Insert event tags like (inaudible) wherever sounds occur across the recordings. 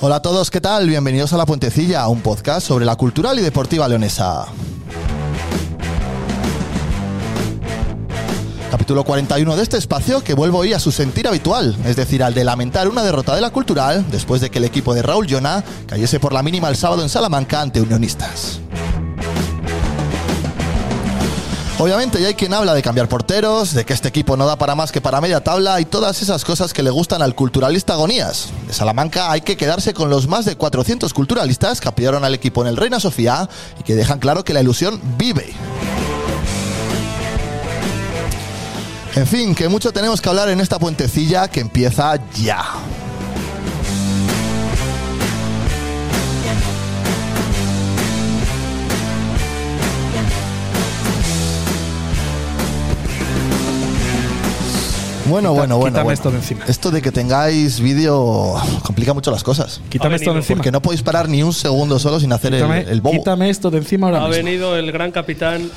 Hola a todos, ¿qué tal? Bienvenidos a La Puentecilla, un podcast sobre la cultural y deportiva leonesa. Capítulo 41 de este espacio que vuelvo hoy a su sentir habitual, es decir, al de lamentar una derrota de la cultural después de que el equipo de Raúl Llona cayese por la mínima el sábado en Salamanca ante Unionistas. Obviamente ya hay quien habla de cambiar porteros, de que este equipo no da para más que para media tabla y todas esas cosas que le gustan al culturalista Agonías. De Salamanca hay que quedarse con los más de 400 culturalistas que apoyaron al equipo en el Reina Sofía y que dejan claro que la ilusión vive. En fin, que mucho tenemos que hablar en esta puentecilla que empieza ya. Bueno, bueno, bueno. quítame bueno. esto de encima. Esto de que tengáis vídeo complica mucho las cosas. Quítame Ha esto de venido, encima. Porque no podéis parar ni un segundo solo sin hacer el- Quítame, el, bobo. quítame esto de encima ahora Ha mismo. venido el gran capitán.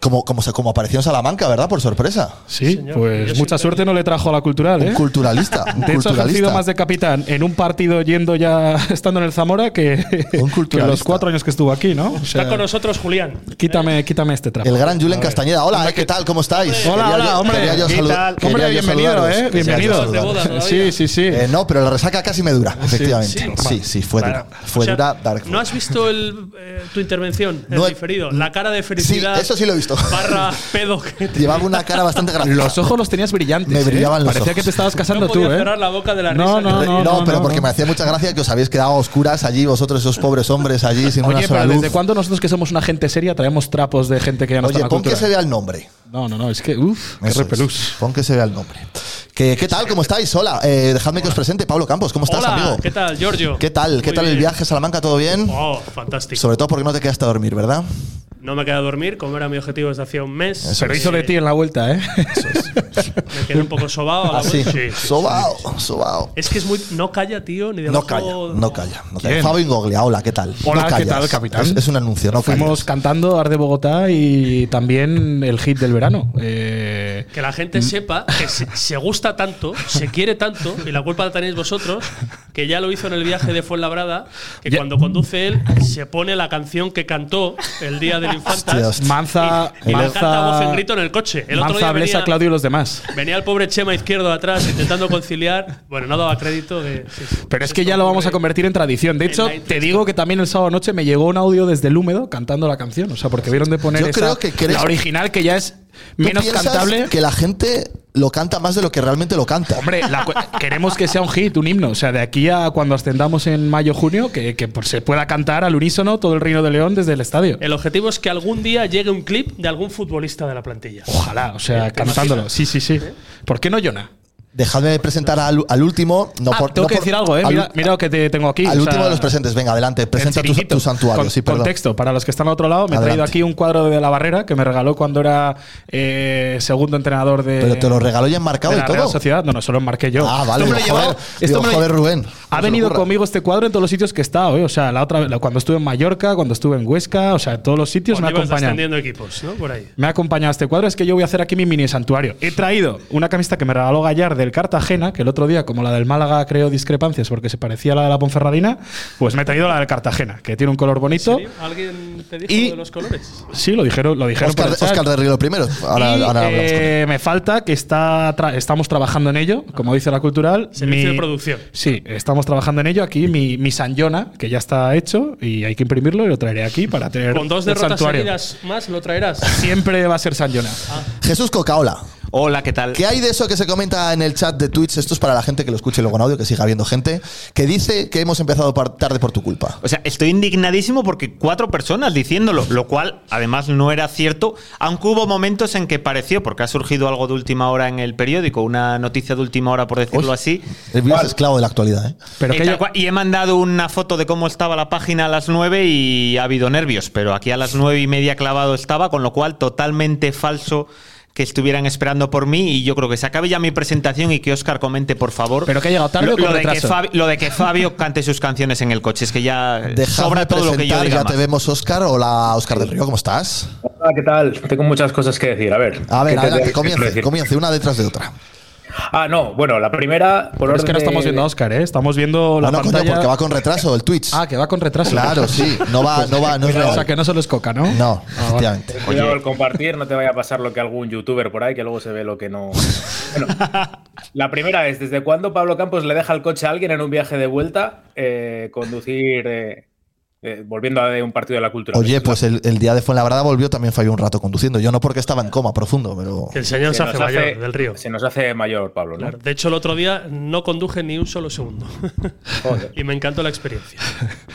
Como, como, se- como apareció en Salamanca, ¿verdad? Por sorpresa. Sí, señor. pues Yo mucha siempre- suerte no le trajo a la cultural, ¿eh? Un culturalista. Un (laughs) De hecho, ha culturalista. ejercido más de capitán en un partido yendo ya (laughs) estando en el Zamora (laughs) que, Un que culturalista. los cuatro años que estuvo aquí, ¿no? O sea, Está con nosotros Julián. Eh. quítame, quítame este trapo. El gran Julen Castañeda. Hola, ¿qué tal? ¿Cómo estáis? Hola, Quería hola, yo- hombre. quería yo ¿Qué salu- tal? quería Hombre, yo bienvenido, saludaros, ¿eh? quería yo Bienvenido. saludaros. De boda todavía. Sí, sí, sí. Eh, no, pero la resaca casi me dura, efectivamente. Sí, sí, fue dura. Fue O sea, dura Pues Dark ¿No Souls. has visto el, eh, tu intervención, el No he- diferido? La cara de felicidad. eso sí lo he visto. Barra pedo (laughs) que te- Llevaba una cara bastante graciosa. Los ojos los tenías brillantes. Me ¿eh? brillaban los Parecía ojos. que te estabas casando No tú, podía ¿eh? cerrar la boca de la No, risa. no, No, no, no, pero no, porque no. me hacía mucha gracia que os habéis quedado a oscuras allí, vosotros, esos pobres hombres allí, sin una Oye, sola pero luz. ¿desde cuándo nosotros que somos una gente seria traemos trapos de gente que ya no está Oye, en la pon que cultura? se vea el nombre. No, no, no, es que, uff, qué Eso es. repelús. Pon que se vea el nombre. ¿Qué, qué tal? ¿Cómo estáis? Hola. Eh, dejadme que os presente. Pablo Campos, ¿cómo estás, Hola, amigo? ¿qué tal, Giorgio? ¿Qué tal? ¿Qué Muy tal el bien. viaje a Salamanca? ¿Todo bien? Oh, fantástico. Sobre todo porque no te quedaste a dormir, ¿verdad? No me quedé a dormir, como era mi objetivo desde hacía un mes. Pero hizo Eh, de ti en la vuelta, ¿eh? Me quedé un poco sobado. a la Así. vuelta. Ah, Sí, sí. Este Sobao, sobao. Es que es muy. No calla, tío, ni de No calla, no calla. No calla. ¿Quién? Fabio Ingoglia, hola, ¿qué tal? Hola, No ¿qué callas. tal, capitán? Es, es un anuncio, no Fuimos callas. cantando Arde Bogotá y también el hit del verano. Eh, Que la gente sepa que se, se gusta tanto, se quiere tanto, y la culpa la tenéis vosotros, que ya lo hizo en el viaje de Fuenlabrada, que Ya. cuando conduce él se pone la canción que cantó el día del Hostia, Infantas hostia. Manza, y, y la Manza- canta a voz en grito en el coche. El otro Manza, día Blesa, venía, Claudio y los demás. venía el pobre Chema Izquierdo atrás intentando conciliar. Bueno, no daba crédito. de- sí, sí. Pero es que ya lo vamos a convertir en tradición. De hecho, En la te digo que también el sábado noche me llegó un audio desde el húmedo cantando la canción. O sea, porque vieron de poner Yo esa- creo que crees- la original que ya es ¿Tú menos piensas cantable. que la gente lo canta más de lo que realmente lo canta. Hombre, la (laughs) cu- queremos que sea un hit, un himno. O sea, de aquí a cuando ascendamos en mayo-junio, que, que por- se pueda cantar al unísono todo el Reino de León desde el estadio. El objetivo es que algún día llegue un clip de algún futbolista de la plantilla. Ojalá, o sea, Eh, cantándolo. Sí, sí, sí. ¿Eh? ¿Por qué no Jonah? Dejadme presentar al, al último. No Ah, por- tengo no que por- decir algo, ¿eh? al- Mira, mira lo que te tengo aquí. Al o último sea, de los presentes, venga, adelante. el Presenta tu, chiringuito. tu santuario. Con- sí, perdón. Contexto, para los que están al otro lado, me he traído Adelante. aquí un cuadro de la barrera que me regaló cuando era eh, segundo entrenador de. Pero te lo regaló ya de enmarcado y la Real todo. Sociedad. No, no, solo enmarqué yo. Ah, vale. Esto Digo, me lo he joder, llevado- esto digo, me lo- joder, Rubén. Ha No se venido ocurra. conmigo este cuadro en todos los sitios que he estado, ¿eh? O sea, la otra, la- cuando estuve en Mallorca, cuando estuve en Huesca, o sea, en todos los sitios me Cuando ha ibas acompañado. ascendiendo equipos, ¿no? Por ahí. Me ha acompañado este cuadro, es que yo voy a hacer aquí mi mini santuario. He traído una camiseta que me regaló Gallar del Cartagena, que el otro día, como la del Málaga creó discrepancias porque se parecía a la de la Ponferradina, pues me he traído la del Cartagena, que tiene un color bonito. ¿Alguien te dijo Y- lo de los colores? Sí, lo dijeron, lo dijeron Oscar, por el chat. Oscar de Río primero. Ahora, Y, ahora hablamos con él. eh, me falta que está tra- estamos trabajando en ello, como dice la cultural. Servicio de producción. Sí, estamos trabajando en ello. Aquí mi, mi San Jona, que ya está hecho y hay que imprimirlo y lo traeré aquí para tener Con dos un derrotas santuario. seguidas más lo traerás. Siempre va a ser San Jona. Jesús Cocaola. Hola, ¿qué tal? ¿Qué hay de eso que se comenta en el chat de Twitch? Esto es para la gente que lo escuche luego en audio, que siga habiendo gente, que dice que hemos empezado par- tarde por tu culpa. O sea, estoy indignadísimo porque cuatro personas diciéndolo, lo cual además no era cierto, aunque hubo momentos en que pareció, porque ha surgido algo de última hora en el periódico, una noticia de última hora, por decirlo Uy. así. El virus es esclavo de la actualidad, ¿eh? Pero Eh, que tal yo- cual, y he mandado una foto de cómo estaba la página a las 9 y ha habido nervios, pero aquí a las 9 y media clavado estaba, con lo cual totalmente falso que estuvieran esperando por mí y yo creo que se acabe ya mi presentación y que Oscar comente por favor. ¿Pero que ha llegado tarde Lo- o con lo de que retraso? Fabi- lo de que (laughs) Fabio cante sus canciones en el coche, es que ya Dejadme Eh, sobra todo lo que yo presentar, diga ya más. te vemos, Oscar. Hola, Oscar del Río, ¿cómo estás? Hola, ¿qué tal? Tengo muchas cosas que decir. A ver. A ver, ¿qué te tengo adelante, que comience, decir? comience, una detrás de otra. Ah, no, bueno, la primera. Por Pero es que no orden estamos de- viendo a Oscar, ¿eh? Estamos viendo la Bueno, Ah, coño, pantalla. porque va con retraso el Twitch. Ah, que va con retraso. Claro, sí. No va, no va, no (laughs) es O sea, real. que no solo es coca, ¿no? No, Ah, vale. efectivamente. Cuidado al compartir, no te vaya a pasar lo que algún youtuber por ahí, que luego se ve lo que no. Bueno, (laughs) la primera es: ¿desde cuándo Pablo Campos le deja el coche a alguien en un viaje de vuelta eh, conducir, eh, eh, volviendo a de un partido de la cultura? Oye, pues el, el día de Fuenlabrada volvió también falló un rato conduciendo. Yo no porque estaba en coma profundo, pero. El señor se hace mayor del río. Se nos hace mayor, Pablo, ¿no? Claro. De hecho, el otro día no conduje ni un solo segundo. Joder. (laughs) y me encantó la experiencia.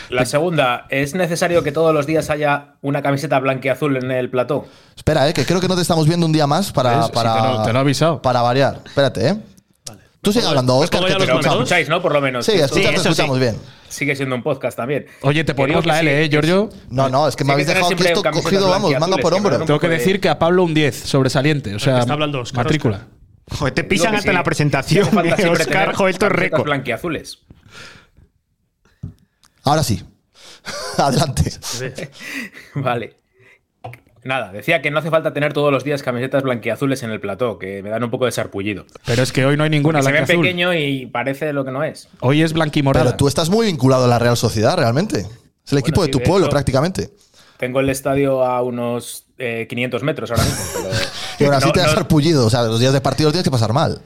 La segunda, ¿es necesario que todos los días haya una camiseta blanquiazul en el plató? Espera, eh, que creo que no te estamos viendo un día más para. ¿Ves? Sí, para te lo- te lo he avisado. Para variar. Espérate, eh. Tú sigue hablando, Oscar, pongo que te ya los Pero me escuchamos. mandos. escucháis, ¿no? Por Pues lo menos. Sí, Esto escucha- te eso sí. escuchamos bien. Sigue siendo un podcast también. Oye, te Que digo ponemos la que sí, L, ¿eh, que Giorgio? No, no, es que me Hay habéis que tener dejado aquí siempre esto camisetas cogido, vamos, blanquiazules, manga por que me hombro. dan un Tengo que Joder. decir que a Pablo un 10, sobresaliente. O sea, Está hablando Oscar, matrícula. Joder, te Digo pisan que hasta sí. la presentación, Hace falta eh, (laughs) siempre Oscar. tener Joder, esto es camisetas récord. blanquiazules. (laughs) Ahora sí. (laughs) Adelante. Vale. Nada, decía que no hace falta tener todos los días camisetas blanquiazules en el plató, que me dan un poco de sarpullido. Pero es que hoy no hay ninguna Que se ve blanca azul. pequeño y parece lo que no es. Hoy es blanquimorada. Pero tú estás muy vinculado a la Real Sociedad, realmente. Es el equipo sí, de tu de pueblo, hecho. prácticamente. Tengo el estadio a unos eh, 500 metros ahora mismo, pero. Y ahora sí no- te has no- sarpullido. O sea, los días de partido los tienes que pasar mal.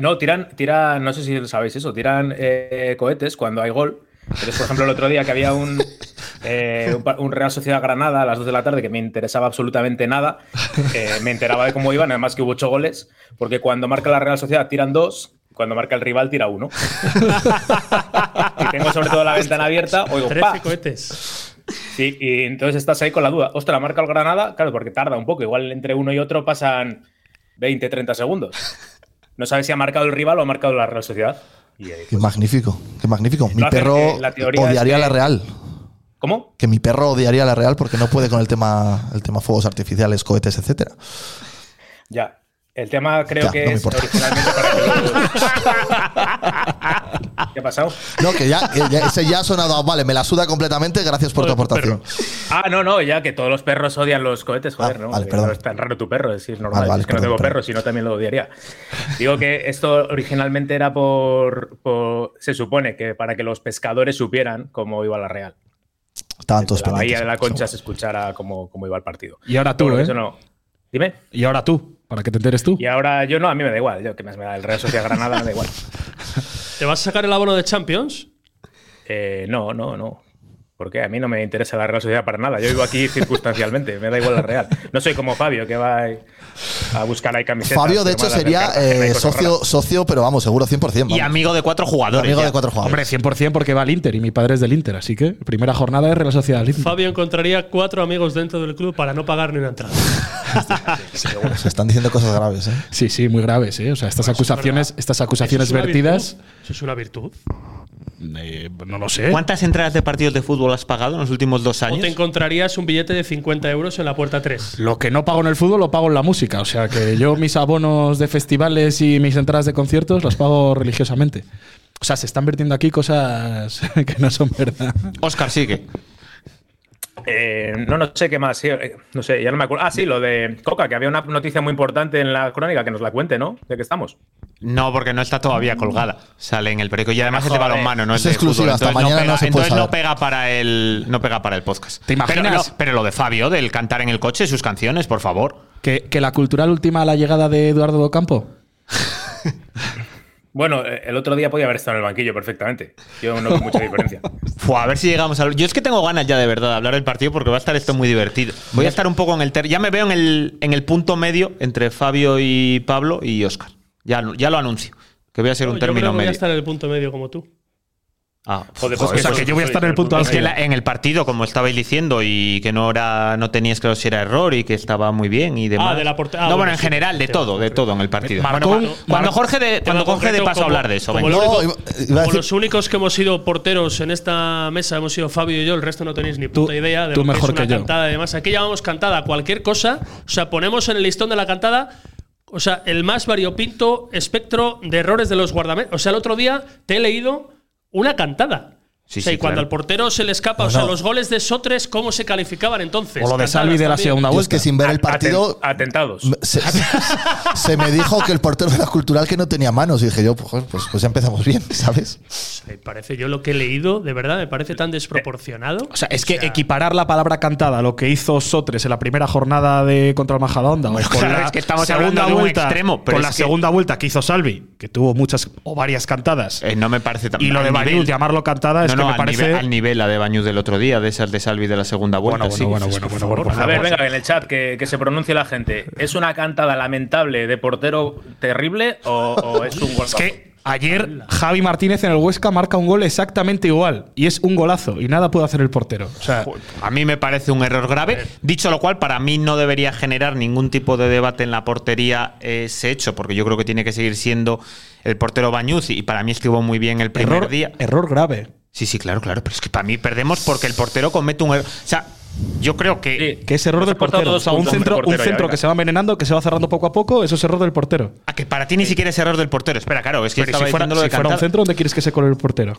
No, tiran, tiran, no sé si lo sabéis eso, tiran eh, cohetes cuando hay gol. Entonces, por ejemplo, el otro día que había un, eh, un, pa- un Real Sociedad Granada a las 2 de la tarde que me interesaba absolutamente nada, eh, me enteraba de cómo iban, además que hubo ocho goles, porque cuando marca la Real Sociedad tiran dos, cuando marca el rival tira uno. (laughs) y tengo sobre todo la ventana abierta, oigo, ¡pa! 13 cohetes. Sí, y entonces estás ahí con la duda. Ostras, marca el Granada, claro, porque tarda un poco. Igual entre uno y otro pasan 20, 30 segundos. (laughs) No sabes si ha marcado el rival o ha marcado la Real Sociedad. Y ahí- Qué magnífico, qué magnífico. Mi Entonces, perro eh, la teoría odiaría es que- la Real. ¿Cómo? Que mi perro odiaría la Real porque no puede con el tema, el tema fuegos artificiales, cohetes, etcétera. Ya. El tema creo Ya, que no me es importa. originalmente para que (laughs) lo- ¿Qué ha pasado? No, que ya, que ya- ese ya ha sonado. Vale, me la suda completamente. Gracias por tu Joder, tu aportación. Ah, no, no, ya que todos los perros odian los cohetes, joder, Ah, ¿no? vale, Que perdón. No es tan raro tu perro, es decir, normal. Vale, vale, es que no perdón, tengo perdón. perro, si no también lo odiaría. Digo que esto originalmente era por, por- Se supone que para que los pescadores supieran cómo iba la Real. Estaban todos la Bahía pendientes. pues, de la Concha se escuchara cómo, cómo iba el partido. Y ahora tú, Pero ¿eh? Eso no. Dime. Y ahora tú, para que te enteres tú. Y ahora yo no, a mí me da igual. Yo que más me da el Real Sociedad Granada, me da igual. ¿Te vas a sacar el abono de Champions? Eh, no, no, no. Porque a mí no me interesa la Real Sociedad para nada. Yo (laughs) vivo aquí circunstancialmente, me da igual la Real. No soy como Fabio, que va a buscar ahí camisetas. Fabio, de hecho, firmadas sería del Cartagena y eh, cosas socio, raras. socio, pero vamos, seguro 100%. Y vamos. amigo de cuatro jugadores. Amigo ya. de cuatro Hombre, jugadores. 100% porque va al Inter y mi padre es del Inter, así que primera jornada de Real Sociedad del Inter. Fabio encontraría cuatro amigos dentro del club para no pagar ni una entrada. Se están diciendo cosas graves. ¿eh? Sí, sí, muy graves, ¿eh? O sea, estas acusaciones, estas acusaciones ¿Eso es una vertidas, virtud? Eso es una virtud. eh, no lo sé. ¿Cuántas entradas de partidos de fútbol has pagado en los últimos dos O te años? encontrarías un billete de 50 euros en la puerta 3. Lo que no pago en el fútbol lo pago en la música. O sea, que yo mis abonos de festivales y mis entradas de conciertos las pago religiosamente. O sea, se están vertiendo aquí cosas (laughs) que no son verdad. Oscar sigue. Eh, no, no sé qué más. sí, eh, no sé, ya no me acuerdo. Ah, sí, lo de Coca, que había una noticia muy importante en la crónica que nos la cuente, ¿no? De que estamos. No, porque no está todavía colgada. Sale en el periódico. Y además es de Joder. balonmano, no es, Es de exclusiva, hasta fútbol. Entonces mañana pega, no se puede entonces saber. no pega para el no pega para el podcast. ¿Te imaginas? Pero, no, pero lo de Fabio, del cantar en el coche, sus canciones, por favor. ¿Que, que la cultural última a la llegada de Eduardo Campo? Bueno, eh, el otro día podía haber estado en el banquillo perfectamente. Yo no veo mucha diferencia. Fua, a ver si llegamos al. Yo es que tengo ganas ya de verdad de hablar del partido porque va a estar esto muy divertido. Voy a estar un poco en el ter. Ya me veo en el, en el punto medio entre Fabio y Pablo y Oscar. Ya, ya lo anuncio. Que voy a ser No, un yo creo que término voy a medio. estar en el punto medio como tú. Ah, Joder, joder, pues o sea, que yo voy a estar en el punto Es que alto. la- en el partido, como estabais diciendo, y que no era, no tenías claro si era error y que estaba muy bien y demás. Ah, de la portería. Ah, no, bueno, bueno, en sí. general, de Te todo, de todo en el partido. Marcó Bueno, un- cuando- cuando Jorge de, cuando Jorge de paso a hablar de eso, Como, venga. los No, únicos- iba- iba a como decir- los únicos que hemos sido porteros en esta mesa hemos sido Fabio y yo, el resto no tenéis ni puta idea de tú lo que mejor es una que yo. cantada. Además, aquí llamamos cantada cualquier cosa, o sea, ponemos en el listón de la cantada. O sea, el más variopinto espectro de errores de los guardametas. O sea, el otro día te he leído una cantada. Sí, o sea, sí, y cuando claro. al portero se le escapa, o sea, los goles de Sotres, ¿cómo se calificaban entonces? O lo de Cantadas Salvi de la también. segunda Yo es vuelta. que sin ver el partido Aten- atentados. se, se- se me dijo que el portero de la cultural que no tenía manos. Y dije yo, pues, joder, pues, pues ya empezamos bien, ¿sabes? Me parece yo lo que he leído, de verdad, me parece tan desproporcionado. Eh, O sea, es que equiparar la palabra cantada a lo que hizo Sotres en la primera jornada de contra el Majadahonda o Bueno, con claro, la es que estamos hablando segunda de un vuelta extremo, pero con es la que- segunda vuelta que hizo Salvi, que tuvo muchas o varias cantadas. Eh, no me parece tan y lo al de Bañuz, nivel- llamarlo cantada, No, es no, que me al parece nivel, al nivel la de Bañuz del otro día, de esas de Salvi de la segunda vuelta. bueno, sí. bueno, bueno, bueno, bueno, bueno, A bueno. ver, venga, en el chat, que, que se pronuncie la gente. ¿Es una cantada lamentable de portero terrible o, o es un Es golpazo? que ayer Javi Martínez en el Huesca marca un gol exactamente igual y es un golazo y nada puede hacer el portero. O sea, Pues, A mí me parece un error grave. Dicho lo cual, para mí no debería generar ningún tipo de debate en la portería ese hecho, porque yo creo que tiene que seguir siendo el portero Bañuz y para mí estuvo muy bien el primer error, día. error grave. Sí, sí, claro, claro, pero es que para mí perdemos porque el portero comete un error. O sea, yo creo que Sí. Que es error Nos del ha costado portero. O dos sea, un puntos, centro, hombre, un portero, ya, centro que venga. se va envenenando, que se va cerrando poco a poco, eso es error del portero. a que para ti ni siquiera es error del portero. Espera, claro, es que Pero estaba si fuera, diciendo lo de si fuera un cantar. centro, ¿dónde quieres que se cole el portero?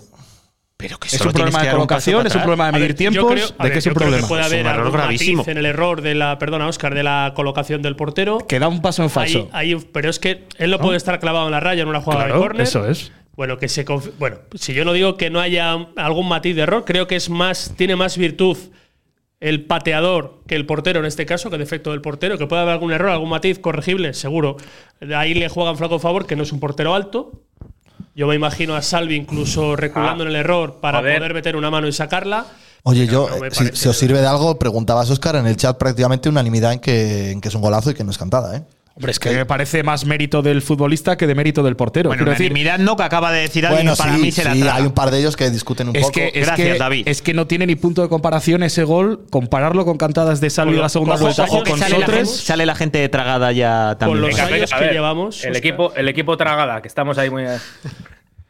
Pero que Es solo un tienes problema que de dar un paso colocación, para es un atrás. problema de A ver, medir yo tiempos. creo- a ¿De ver, qué es yo un creo problema? Que puede Es un haber error algún gravísimo. matiz en el error de la, perdona, Oscar, de la colocación del portero. Que da un paso en falso. Ahí- ahí- pero es que él no, puede estar clavado en la raya en una jugada Claro, de córner. eso es. Bueno, que se conf- bueno, si yo no digo que no haya algún matiz de error, creo que es más tiene más virtud el pateador que el portero en este caso, que defecto del portero, que puede haber algún error, algún matiz corregible, seguro. Ahí le juegan flaco favor que no es un portero alto. Yo me imagino a Salvi incluso reculando Ah, en el error para joder. poder meter una mano y sacarla. Oye, yo, no me eh, si, parece si os de- sirve de algo, preguntabas, Oscar, en el chat prácticamente unanimidad en que, en que es un golazo y que no es cantada, ¿eh? Hombre, es que me parece más mérito del futbolista que de mérito del portero. Bueno, Quiero decir, unanimidad no que acaba de decir alguien, Bueno, para sí, mí se la sí, traga. hay un par de ellos que discuten un es poco. que, es, Gracias, que, David. es que no tiene ni punto de comparación ese gol, compararlo con cantadas de Salvi Con de lo- la segunda con los vuelta años o que con sale, la gente, Sotres. sale la gente de tragada ya también. los Venga, años que llevamos, El Óscar. equipo, el equipo tragada, que estamos ahí muy. eh,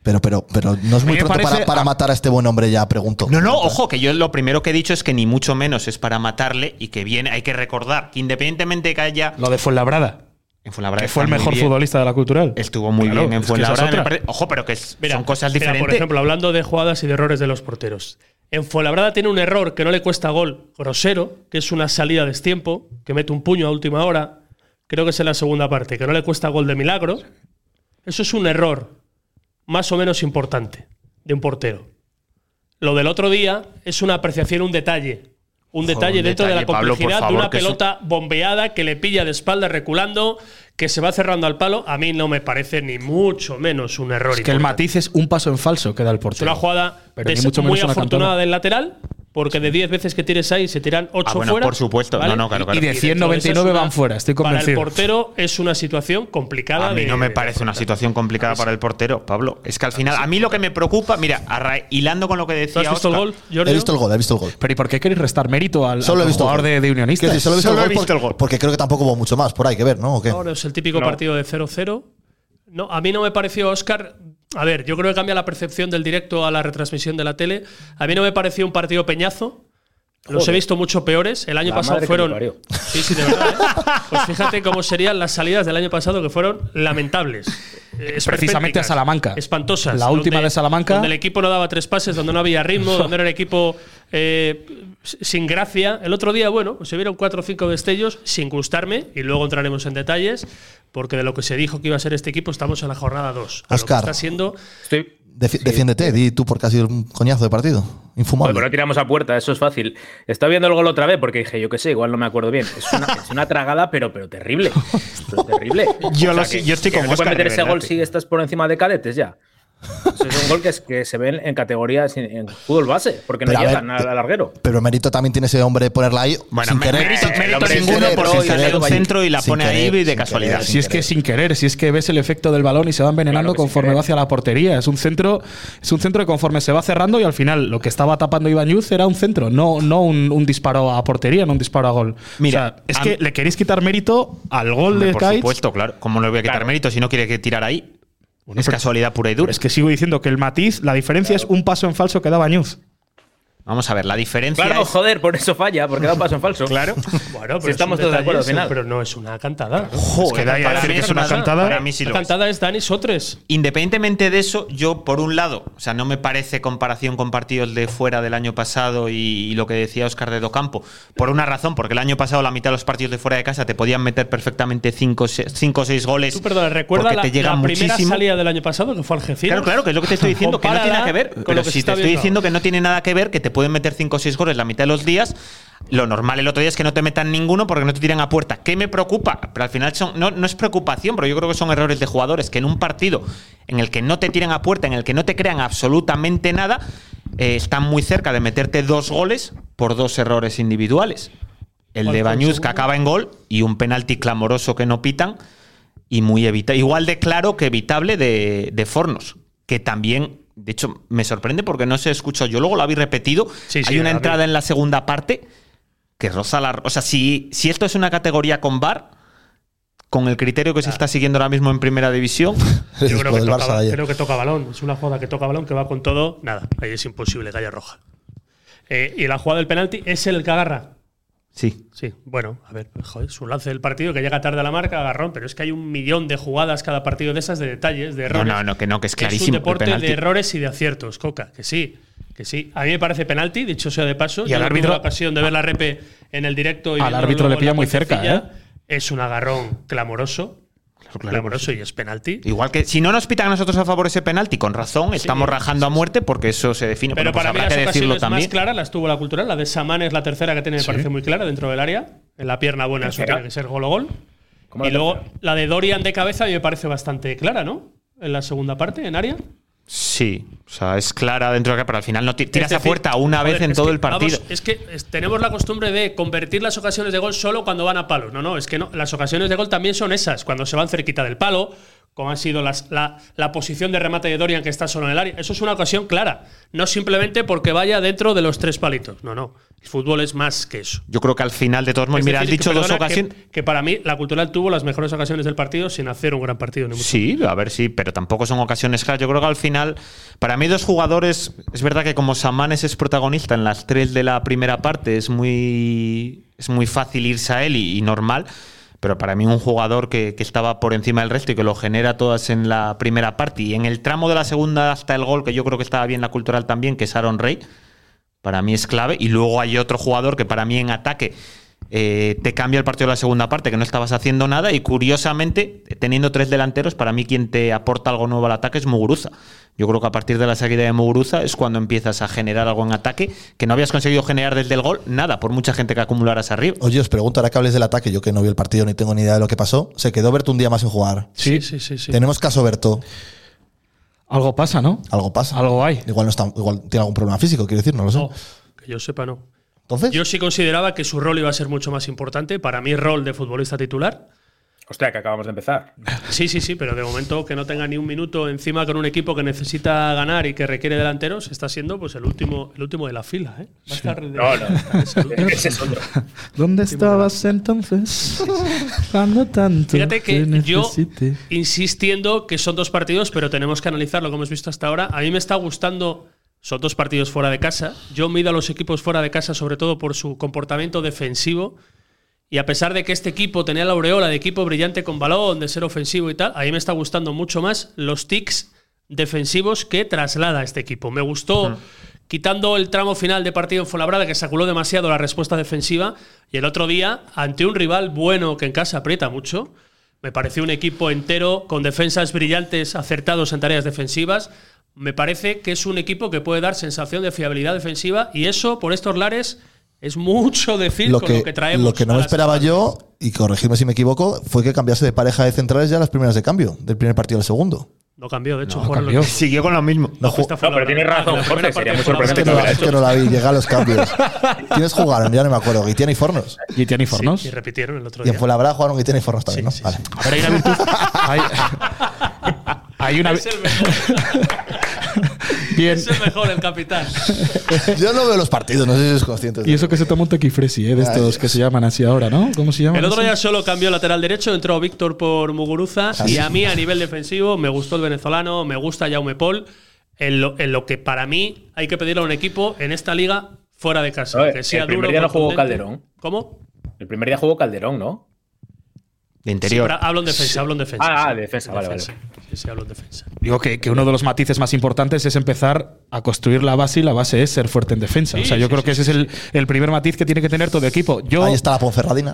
Pero, pero, pero no es muy me pronto parece- para, para matar a este buen hombre ya, pregunto. No, no, ojo, que yo lo primero que he dicho es que ni mucho menos es para matarle y que viene, hay que recordar que independientemente de que haya. Lo de Fuenlabrada, En Fuenlabrada que fue el está muy mejor bien, futbolista de la cultural. Estuvo muy Claro, bien en es que esa es Fuenlabrada. en el otra. par- Ojo, pero que es- Mira, son cosas mira, diferentes. por ejemplo, hablando de jugadas y de errores de los porteros. En Fuenlabrada tiene un error que no le cuesta gol grosero, que es una salida de tiempo, que mete un puño a última hora. Creo que es en la segunda parte, que no le cuesta gol de milagro. Eso es un error más o menos importante de un portero. Lo del otro día es una apreciación, un detalle. Un Joder, detalle un dentro de la detalle, Pablo, por complejidad de favor, una que eso- pelota bombeada que le pilla de espalda reculando, que se va cerrando al palo. A mí no me parece ni mucho menos un error. Es que el importante. matiz es un paso en falso que da el Es portero. una jugada Pero des- ni mucho menos muy una afortunada cantada. del lateral, porque de 10 veces que tires ahí se tiran 8 Ah, bueno, fuera. por supuesto. No, no, claro, claro. Y de dentro 199 eso es van fuera, estoy convencido. Para el portero es una situación complicada. A mí de- no me de- parece una situación complicada para el portero, Pablo. Es que al final, a mí lo que me preocupa, mira, arra- hilando con lo que ¿Tú decía. has visto el Óscar, gol, Jordi? He visto el gol, he visto el gol. Pero ¿y por qué queréis restar mérito al, Solo he al visto el jugador gol. de, de unionistas? Quiero decir, solo he visto, Solo el, he gol visto porque, el gol. porque creo que tampoco hubo mucho más por ahí que ver, ¿no? ¿O qué? Ahora es el típico partido de 0-0. No, a mí no me pareció, Oscar. A ver, yo creo que cambia la percepción del directo a la retransmisión de la tele. A mí no me pareció un partido peñazo. Los he visto mucho peores. El año La pasado madre que fueron. me parió. Sí, sí, de verdad. ¿eh? Pues fíjate cómo serían las salidas del año pasado que fueron lamentables. Eh, Precisamente a Salamanca. Espantosas. La última de Salamanca. Donde el equipo no daba tres pases, donde no había ritmo, donde era un equipo eh, sin gracia. El otro día, bueno, pues se vieron cuatro o cinco destellos sin gustarme y luego entraremos en detalles porque de lo que se dijo que iba a ser este equipo estamos en la jornada 2. Oscar. Está siendo Estoy, Defi- defiéndete, di tú porque ha sido un coñazo de partido. Infumable. Joder, pero no tiramos a puerta, eso es fácil. Estaba viendo el gol otra vez porque dije, yo qué sé, igual no me acuerdo bien. Es una, es una tragada, pero, pero terrible. Pero terrible. Yo lo sé- yo estoy que con no te puedes Óscar, meter de ese verdad, gol tío. si estás por encima de cadetes ya. Eso es un gol que, es- que se ve en, en categorías en, en fútbol base, porque no Pero a ver, llegan al, te- al larguero. Pero mérito también tiene ese hombre de ponerla ahí. Bueno, sin mé- querer, mérito, sin- mérito sin ninguno querer, porque sin sale querer, de un sin- centro y la sin pone ahí querer, de sin casualidad. querer, Si sin es que querer. sin querer, si es que ves el efecto del balón y se va envenenando Claro que sin conforme querer. va hacia la portería. Es un centro, es un centro que conforme se va cerrando y al final lo que estaba tapando Iván Yuz era un centro, no, no un, un disparo a portería, no un disparo a gol. O Mira, sea, es a que mí- le queréis quitar mérito al gol Hombre, de por Kaitz. supuesto, claro. ¿Cómo no le voy a quitar Claro. mérito si no quiere que tirar ahí? Bueno, es pero- casualidad pura y dura. Es que sigo diciendo que el matiz, la diferencia es un paso en falso que daba Yuz. Vamos a ver, la diferencia Claro, es- joder, por eso falla, porque da un paso en falso. Claro. (laughs) Bueno, pero Si estamos es un todos de acuerdo al detalle, final. Pero no es una cantada. Es que da ahí a eh, para decir mí que es es una una- cantada. para mí sí La lo es. cantada es Dani Sotres. Independientemente de eso, yo por un lado, o sea, no me parece comparación con partidos de fuera del año pasado y, y lo que decía Oscar de Docampo, por una razón, porque el año pasado la mitad de los partidos de fuera de casa te podían meter perfectamente 5 o 6 goles. Tú, perdona, recuerda porque la, te llegan la primera muchísimo. salida del año pasado, que fue Algeciras. Claro, claro, que es lo que te estoy diciendo, que no tiene nada que ver. Compárala Pero con lo que se si te está estoy viendo diciendo ahora. que no tiene nada que ver, que te pueden meter 5 o 6 goles la mitad de los días, lo normal el otro día es que no te metan ninguno porque no te tiran a puerta. ¿Qué me preocupa? Pero al final son, no, no es preocupación, pero yo creo que son errores de jugadores que en un partido en el que no te tiran a puerta, en el que no te crean absolutamente nada, eh, están muy cerca de meterte dos goles por dos errores individuales. ¿Cuál El de fue el Bañuz que segundo? acaba en gol y un penalti clamoroso que no pitan y muy evitable. Igual de claro que evitable de, de Fornos, que también, de hecho, me sorprende porque no se escuchó. Yo luego lo habéis repetido. Sí, sí, Hay una la vi. entrada en la segunda parte que roza la. O sea, si, si esto es una categoría con bar, con el criterio que se está siguiendo ahora mismo en primera división, (laughs) Yo creo Lo que, del toca, Barça de ayer. creo que toca balón. Es una jugada que toca balón, que va con todo. Nada, ahí es imposible que haya roja. Eh, y la jugada del penalti es el que agarra. sí. Sí, bueno, a ver, joder, es un lance del partido que llega tarde a la marca, agarrón, pero es que hay un millón de jugadas cada partido de esas, de detalles, de No, errores. no, no, que no, que es Es un clarísimo. el deporte penalti. de errores y de aciertos, Coca, que sí, que sí. A mí me parece penalti, dicho sea de paso. Y Yo al no tuve árbitro- la ocasión de ver la repe en el directo. Y Al viéndolo árbitro le luego en pilla la muy cerca, ¿eh? puentecilla. Es un agarrón clamoroso, clamoroso y es penalti. Igual que si no nos pitan a nosotros a favor ese penalti, con razón, estamos rajando a muerte porque eso se define. Pero Bueno, pues para mí habrá las que decirlo ocasiones más también. claras las tuvo la cultural. La de Samán es la tercera que tiene, me parece muy clara, dentro del área. En la pierna buena, eso ¿Tercera? tiene que ser gol o gol. ¿Cómo Y la luego la de Dorian de cabeza a mí me parece bastante clara, ¿no? En la segunda parte, en área. Sí, o sea, es clara dentro de acá, pero al final no ti- tiras Es a decir, puerta una joder, vez en es todo que, el partido. vamos, es que es- tenemos la costumbre de convertir las ocasiones de gol solo cuando van a palos. No, no, es que no. Las ocasiones de gol también son esas, cuando se van cerquita del palo, como han sido las, la, la posición de remate de Dorian que está solo en el área. Eso es una ocasión clara. No simplemente porque vaya dentro de los tres palitos. No, no. El fútbol es más que eso. Yo creo que al final, de todos modos, Es Pues mira, has decir, que dicho dos perdona, que- ocasiones. Que, para mí la cultural tuvo las mejores ocasiones del partido sin hacer un gran partido. ni mucho Sí, a ver sí, pero tampoco son ocasiones claras. Yo creo que al final, para mí, dos jugadores. Es verdad que como Samanes es protagonista en las tres de la primera parte, es muy, es muy fácil irse a él y, y normal. Pero para mí, un jugador que, que estaba por encima del resto y que lo genera todas en la primera parte y en el tramo de la segunda hasta el gol, que yo creo que estaba bien la cultural también, que es Aaron Rey. para mí es clave. Y luego hay otro jugador que para mí en ataque eh, te cambia el partido de la segunda parte, que no estabas haciendo nada. Y curiosamente, teniendo tres delanteros, para mí quien te aporta algo nuevo al ataque es Muguruza. Yo creo que a partir de la salida de Muguruza es cuando empiezas a generar algo en ataque que no habías conseguido generar desde el gol, nada, por mucha gente que acumularas arriba. (laughs) Oye, os pregunto, ahora que hables del ataque, yo que no vi el partido ni tengo ni idea de lo que pasó, se quedó Berto un día más sin jugar. Sí, Sí, sí, sí. Tenemos caso Berto. Algo pasa, ¿no? Algo pasa. Algo hay. Igual, no está, igual tiene algún problema físico, quiero decir, no lo sé. No, que yo sepa, no. Entonces, Yo sí consideraba que su rol iba a ser mucho más importante. Para mi rol de futbolista titular. Hostia, que acabamos de empezar. Sí, sí, sí, pero de momento que no tenga ni un minuto encima con un equipo que necesita ganar y que requiere delanteros, está siendo pues el último, el último de la fila, ¿eh? Va a estar de- No, no. Ese es otro. ¿Dónde estabas (laughs) entonces? Cuando tanto Fíjate que te yo necesité? insistiendo que son dos partidos, pero tenemos que analizarlo como hemos visto hasta ahora. A mí me está gustando, son dos partidos fuera de casa. Yo mido a los equipos fuera de casa sobre todo por su comportamiento defensivo. Y a pesar de que este equipo tenía la aureola de equipo brillante con balón, de ser ofensivo y tal, a mí me está gustando mucho más los tics defensivos que traslada este equipo. Me gustó, quitando el tramo final de partido en Fuenlabrada, que saculó demasiado la respuesta defensiva, y el otro día, ante un rival bueno que en casa aprieta mucho, me pareció un equipo entero, con defensas brillantes, acertados en tareas defensivas, me parece que es un equipo que puede dar sensación de fiabilidad defensiva y eso, por estos lares, es (laughs) mucho decir Lo con que, lo que traemos. lo que no a me la esperaba semana. yo, y corregirme si me equivoco, fue que cambiase de pareja de centrales ya las primeras de cambio, del primer partido al segundo. No cambió, de hecho, No, jugaron cambió. los- Siguió con lo mismo. No, ju- Esta fue No, la pero tienes verdad. razón, La primera Jorge, sería parte muy fue es la que, sorprendente primera no, parte es que no la vi, llegué a los cambios. ¿Quiénes jugaron? Ya no me acuerdo. Guitiana y Fornos. Guitián y Sí, Fornos. (laughs) y repitieron el otro Y día. en Fuenlabrada jugaron Guitiana y Fornos también, ¿no? Vale. A ver, hay (laughs) una virtud. Hay, hay una. Es el mejor, Bien. es el mejor, el capitán. Yo no veo los partidos, no sé si sois conscientes. de Y eso que se toma un tequifresi, ¿eh? De estos que se llaman así ahora, ¿no? ¿Cómo se llaman? El otro esos? día solo cambió lateral derecho, entró Víctor por Muguruza Ah, y a mí a nivel defensivo me gustó el venezolano, me gusta Jaume Paul, en lo, en lo que para mí hay que pedirle a un equipo en esta liga fuera de casa. A ver, que sea el primer duro, día no jugó contundente. Calderón. ¿Cómo? El primer día jugó Calderón, ¿no? De Sí, interior. pero hablo en defensa, hablo en defensa. Ah, sí. ah, de defensa, vale, vale. Sí, sí, hablo en defensa. Digo que, que uno de los matices más importantes es empezar a construir la base y la base es ser fuerte en defensa. Sí, o sea, yo sí, creo sí, que ese es el, el primer matiz que tiene que tener todo equipo. Yo, Ahí está la Ponferradina.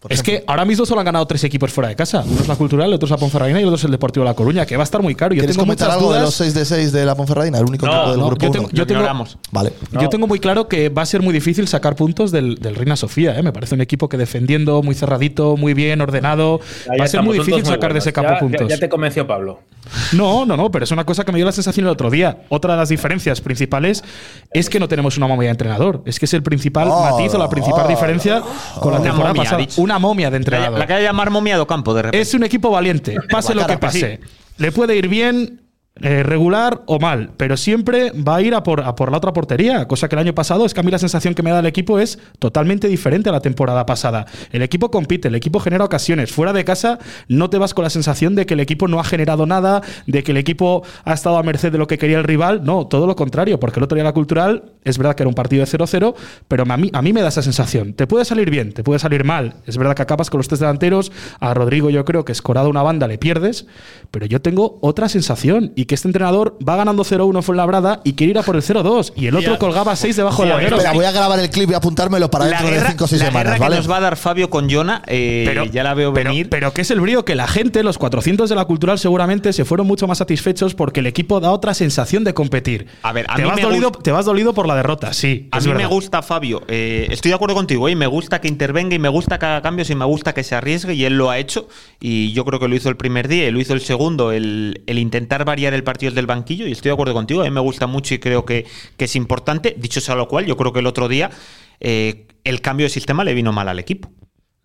por es ejemplo. que ahora mismo solo han ganado tres equipos fuera de casa. Uno es la Cultural, el otro es la Ponferradina y el otro es el Deportivo La Coruña, que va a estar muy caro. Yo ¿Quieres tengo comentar muchas algo de dudas. los 6 de 6 de la Ponferradina? El único No, equipo del no, grupo yo tengo- uno. yo Lo tengo- ignoramos. Vale. Yo tengo muy claro que va a ser muy difícil sacar puntos del, del Reina Sofía. ¿eh? Me parece un equipo que defendiendo muy cerradito, muy bien, ordenado. Ya, va ya a ser estamos, muy son difícil dos sacar de buenos. ese campo Ya- ya- puntos. Ya, te convenció Pablo. No, no, no, pero es una cosa que me dio la sensación el otro día. Otra de las diferencias principales es que no tenemos una momia de entrenador. Es que es el principal Oh, matiz o la principal oh, diferencia con la Una temporada momia, pasada. ha dicho. Una momia de La, entrenador. la que hay que llamar momia do campo, de repente. Es un equipo valiente, pase lo que Guadalajara, pase. Le puede ir bien, eh, regular o mal, pero siempre va a ir a por, a por la otra portería, cosa que el año pasado es que a mí la sensación que me da el equipo es totalmente diferente a la temporada pasada. El equipo compite, el equipo genera ocasiones. Fuera de casa no te vas con la sensación de que el equipo no ha generado nada, de que el equipo ha estado a merced de lo que quería el rival. No, todo lo contrario, porque el otro día la cultural es verdad que era un partido de 0-0, pero a mí, a mí me da esa sensación. Te puede salir bien, te puede salir mal. Es verdad que acabas con los tres delanteros. A Rodrigo yo creo que escorado una banda le pierdes, pero yo tengo otra sensación y que este entrenador va ganando 0-1 fue labrada y quiere ir a por el 0-2 y el otro Ya. colgaba 6 debajo del Ya, larguero. Espera, voy a grabar el clip y apuntármelo para la dentro guerra, de 5 o 6 la guerra semanas, que ¿vale? nos va a dar Fabio con Jonah, eh, ya la veo pero- venir. Pero que es el brío que la gente, los 400 de la cultural, seguramente se fueron mucho más satisfechos porque el equipo da otra sensación de competir. A ver, a te, mí vas me dolido, gust- te vas dolido por la derrota, sí. a es mí me verdad. gusta Fabio, eh, estoy de acuerdo contigo, y me gusta que intervenga y me gusta que haga cambios y me gusta que se arriesgue y él lo ha hecho y yo creo que lo hizo el primer día y lo hizo el segundo, el, el intentar variar el partido del banquillo y estoy de acuerdo contigo, a mí me gusta mucho y creo que, que es importante, dicho sea lo cual, yo creo que el otro día eh, el cambio de sistema le vino mal al equipo.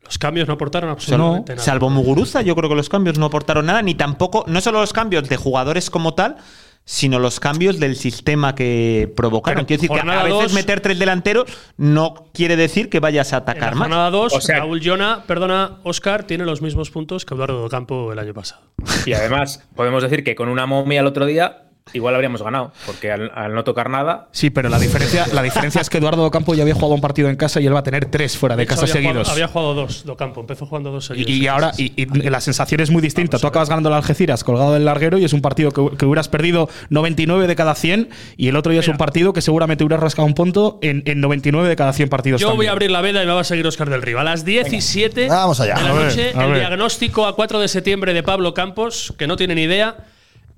Los cambios no aportaron Solo- absolutamente nada. salvo Muguruza, yo creo que los cambios no aportaron nada, ni tampoco, no solo los cambios de jugadores como tal, sino los cambios del sistema que provocaron. Pero Quiero decir que a jornada veces dos- meter tres delanteros no quiere decir que vayas En a la atacar más. jornada 2, O sea- Raúl Llona, perdona, Oscar, tiene los mismos puntos que Eduardo Campo el año pasado. Y además, podemos decir que con una momia el otro día, igual habríamos ganado. Porque al, al no tocar nada. Sí, pero la diferencia, la diferencia es que Eduardo Campo ya había jugado un partido en casa y él va a tener tres fuera de hecho, casa había seguidos. Jugado, había jugado dos, Docampo. Empezó jugando dos seguidos. y, y ahora y, y la sensación es muy distinta. Tú acabas ganando al Algeciras colgado del larguero y es un partido que, que hubieras perdido 99 de cada 100 y el otro día es un Mira. partido que seguramente hubieras rascado un punto en, en 99 de cada 100 partidos. Yo voy también. a abrir la veda y me va a seguir Oscar del Río. A las 17 Venga, vamos allá. de la A ver, noche, a el ver. diagnóstico a 4 de septiembre de Pablo Campos, que no tiene ni idea,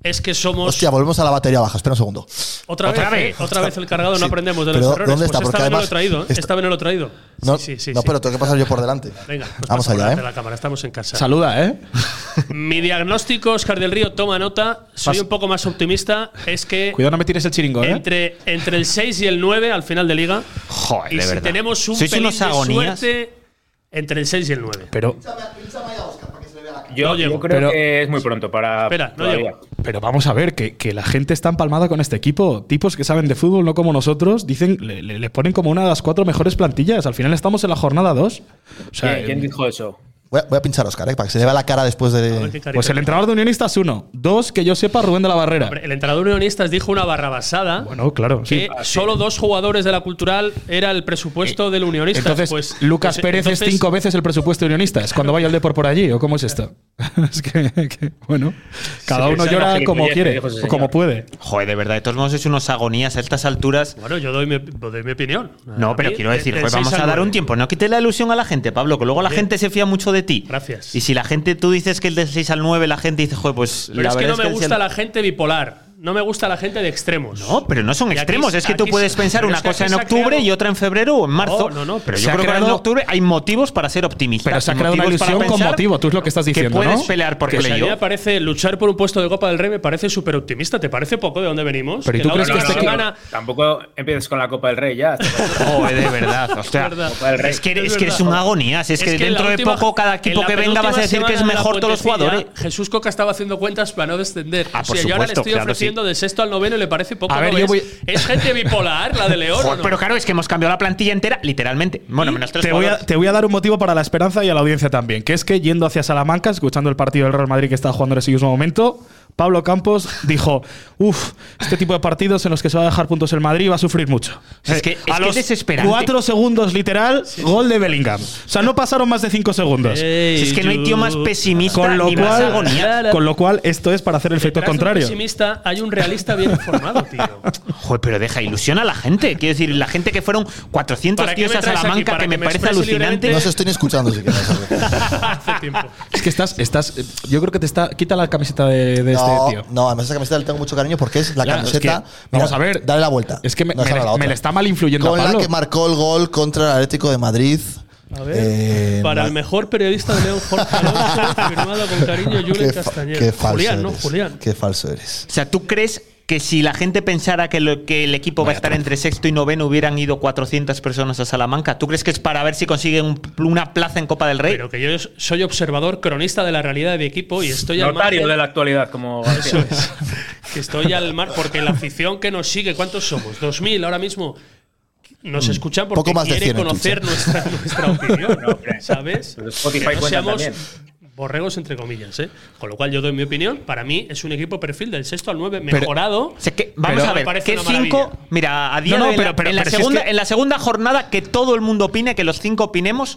es que somos. Hostia, volvemos a la batería baja. Espera un segundo. otra, otra vez, vez. ¿eh? Otra vez el cargado, Sí. no aprendemos de Pero, los errores. ¿dónde está? Pues Porque esta vez no lo he además traído, ¿eh? esto- Esta vez no lo he traído. No, sí, sí, sí, no, sí. pero tengo que pasar yo por delante. Venga, pues Vamos pasa por allá, delante ¿eh? de la cámara, estamos en casa. Saluda, ¿eh? Mi diagnóstico, Oscar del Río, toma nota. Soy Pas- un poco más optimista. Es que Cuidado, no me tires el chiringo, ¿eh? entre, entre el 6 y el 9 al final de liga. Joder, y de si verdad. tenemos un Sois pelín unos de agonías. suerte entre el 6 y el 9. Pero, Yo, No llego, yo creo pero- que es muy pronto para. Espera, no todavía. llego. pero vamos a ver, que, que la gente está empalmada con este equipo. Tipos que saben de fútbol, no como nosotros, dicen, le, le- le ponen como una de las cuatro mejores plantillas. Al final estamos en la jornada 2. O sea, Eh, ¿Quién, quién dijo eso? Voy a, voy a pinchar a Oscar, ¿eh? para que se le vea la cara después A ver qué de. carita Pues el tiene. entrenador de unionistas es uno. Dos, que yo sepa, Rubén de la Barrera. Hombre, El entrenador de unionistas dijo una barrabasada. Bueno, claro, sí. que Ah, solo dos jugadores de la cultural era el Eh, presupuesto del unionista. Entonces, pues, Lucas pues, Pérez entonces- es cinco veces el presupuesto de unionistas. Cuando vaya el Depor por allí, ¿o cómo es esto? (laughs) es que, que, bueno, cada Sí, uno esa es llora la como gilipollez que quiere dijo ese o señor. como puede. Joder, de verdad, de todos modos es unos agonías a estas alturas. Bueno, yo doy mi, doy mi opinión. No, A pero mí, quiero decir, del joder, 6 vamos al a dar 9. un tiempo. No quites la ilusión a la gente, Pablo, que luego la Bien. gente se fía mucho de ti. Gracias. Y si la gente, tú dices que el del 6 al 9, la gente dice, joder, pues Pero la es que verdad no me el gusta del- la gente bipolar. no me gusta la gente de extremos. No, pero no son Y aquí- extremos. es que tú aquí- puedes pensar pero una es que cosa aquí en se ha octubre creado- y otra en febrero o en marzo. No, no, no, Pero se yo ha creo que ahora en creado- octubre hay motivos para ser optimistas. Pero se ha y creado una motivos para ilusión con pensar motivo. Tú es lo que estás diciendo, que puedes ¿no? pelear por Porque si a mí playoff. me parece luchar por un puesto de Copa del Rey me parece súper optimista. ¿Te parece poco de dónde venimos? Pero ¿y tú la crees última que este semana- Tampoco empieces con la Copa del Rey ya. Oh, de verdad. O sea, Es verdad. es que, Es es que eres verdad. un agonías. Es, que, en dentro la de última- poco cada en equipo la que venga vas a penúltima decir que es semana de la mejor todos los Bundesliga, jugadores. Jesús Coca estaba haciendo cuentas para no descender. Ah, o por sea, yo ahora le supuesto, estoy claro, ofreciendo de sexto al noveno y le parece poco. A ver, ¿no yo ves? voy- Es gente bipolar, la de León. Joder, ¿o no? pero claro, es que hemos cambiado la plantilla entera, literalmente. Bueno, menos tres Te voy, a, jugadores. te voy a dar un motivo para la esperanza y a la audiencia también, que es que yendo hacia Salamanca, escuchando el partido del Real Madrid que está jugando en ese mismo momento, Pablo Campos dijo, uff, este tipo de partidos en los que se va a dejar puntos el Madrid va a sufrir mucho. Eh, Es que- es a que los es desesperante. cuatro segundos literal, gol de Bellingham. O sea, no pasaron más de cinco segundos. Ey, Si es que no hay tío más pesimista Con lo, ni más cual, agonías. con lo cual, esto es para hacer el efecto Detrás de un contrario. pesimista hay un realista bien informado, tío. (laughs) Joder, pero deja ilusión a la gente. Quiero decir, la gente que fueron 400 ¿Para qué tíos me a traes aquí? Salamanca, ¿Para que me que me parece exprese alucinante. No os estoy ni escuchando siquiera. Hace tiempo. Es que estás, estás, eh, yo creo que te está, quita la camiseta de, de No, este tío. no, además esa camiseta le tengo mucho cariño porque es la Claro, es que- camiseta. vamos mira, a ver. Dale la vuelta. Es que me, No, me esa era le, la me otra. le está mal influyendo Con a Pablo. la que marcó el gol contra el Atlético de Madrid. A ver, Eh, para el no. mejor periodista de León, Jorge Alonso, firmado con (laughs) cariño, Julen Qué, fa- Castañeda. qué falso Julián, eres. no, Julián. Qué falso eres. O sea, ¿tú crees que si la gente pensara que, lo- que el equipo va a estar entre sexto y noveno hubieran ido 400 personas a Salamanca? ¿Tú crees que es para ver si consiguen un- una plaza en Copa del Rey? Pero que yo soy observador, cronista de la realidad de mi equipo y estoy al Notario margen- de la actualidad, como García. que (laughs) estoy al mar, porque la afición que nos sigue, ¿cuántos somos? 2.000 ahora mismo. Mm, Nos escuchan porque poco más de quieren 100 en conocer ¿eh? Twitch, nuestra, (laughs) nuestra opinión, No, hombre. ¿sabes? Pero Spotify que no cuenta seamos también. borregos entre comillas, ¿eh? Con lo cual yo doy mi opinión. Para mí es un equipo perfil del sexto al 9 Pero- mejorado. O sea, que- vamos Pero a me ver, parece que una cinco. maravilla. Mira, a día No, no, de hoy, pero- pero- en, la pero si es segunda, que- en la segunda jornada que todo el mundo opine, que los cinco opinemos,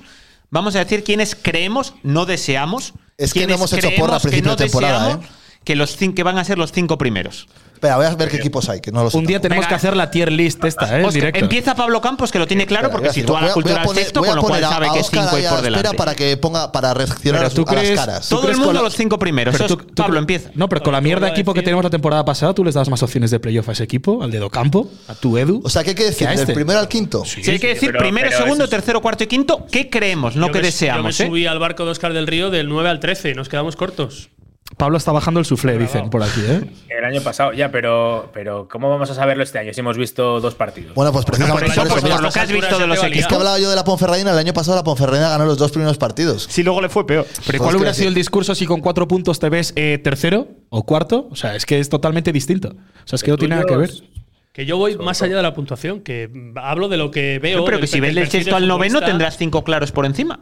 vamos a decir quiénes creemos, no deseamos. Es que no quiénes hemos hecho creemos porra a que principio de temporada, deseamos ¿eh? Que, los cin- que van a ser los cinco primeros. Espera, voy a ver qué equipos hay, que no lo sé. Un día tampoco. tenemos Venga. que hacer la tier list esta, ¿eh? En Oscar, directo. empieza Pablo Campos, que lo tiene claro, Espera, voy porque a decir, sitúa voy la a- cultura voy a al poner- sexto, voy a con lo cual poner a- sabe a que es Óscar cinco y ahí a por la delante. Espera para que ponga para reaccionar Pero a, tú las- a crees- las caras. tú- Todo el crees con mundo la- los cinco primeros. Pero Eso es- Pablo, empieza. No, pero con la Pablo, mierda vuelvo de a equipo que decir- tenemos la temporada pasada, tú les dabas más opciones de playoff a ese equipo, al de Docampo, a tu Edu. O sea, ¿qué hay que ¿Qué decir? a Del este? primero al quinto. Si hay que decir pero- primero, pero segundo, eso es- tercero, cuarto y quinto, ¿qué creemos? No Yo que me- deseamos, Yo ¿eh? me subí al barco de Oscar del Río del 9 al 13 y nos quedamos cortos. Pablo está bajando el suflé, dicen por aquí, ¿eh? El año pasado, ya, pero, pero ¿cómo vamos a saberlo este año si hemos visto dos partidos? Bueno, pues precisamente por eso, por eso, pues, mira, por lo que has visto de los Es que equipos. hablaba yo de la Ponferradina. El año pasado la Ponferradina ganó los dos primeros partidos. Si luego le fue peor. Pero ¿y Pues ¿cuál que hubiera así- sido el discurso si con cuatro puntos te ves eh, tercero o cuarto? O sea, es que es totalmente distinto. O sea, es que no tiene nada que ver. Que yo voy más allá de la puntuación, que hablo de lo que veo. Pero del que si ves perfil del sexto del al noveno futbolista. tendrás cinco claros por encima.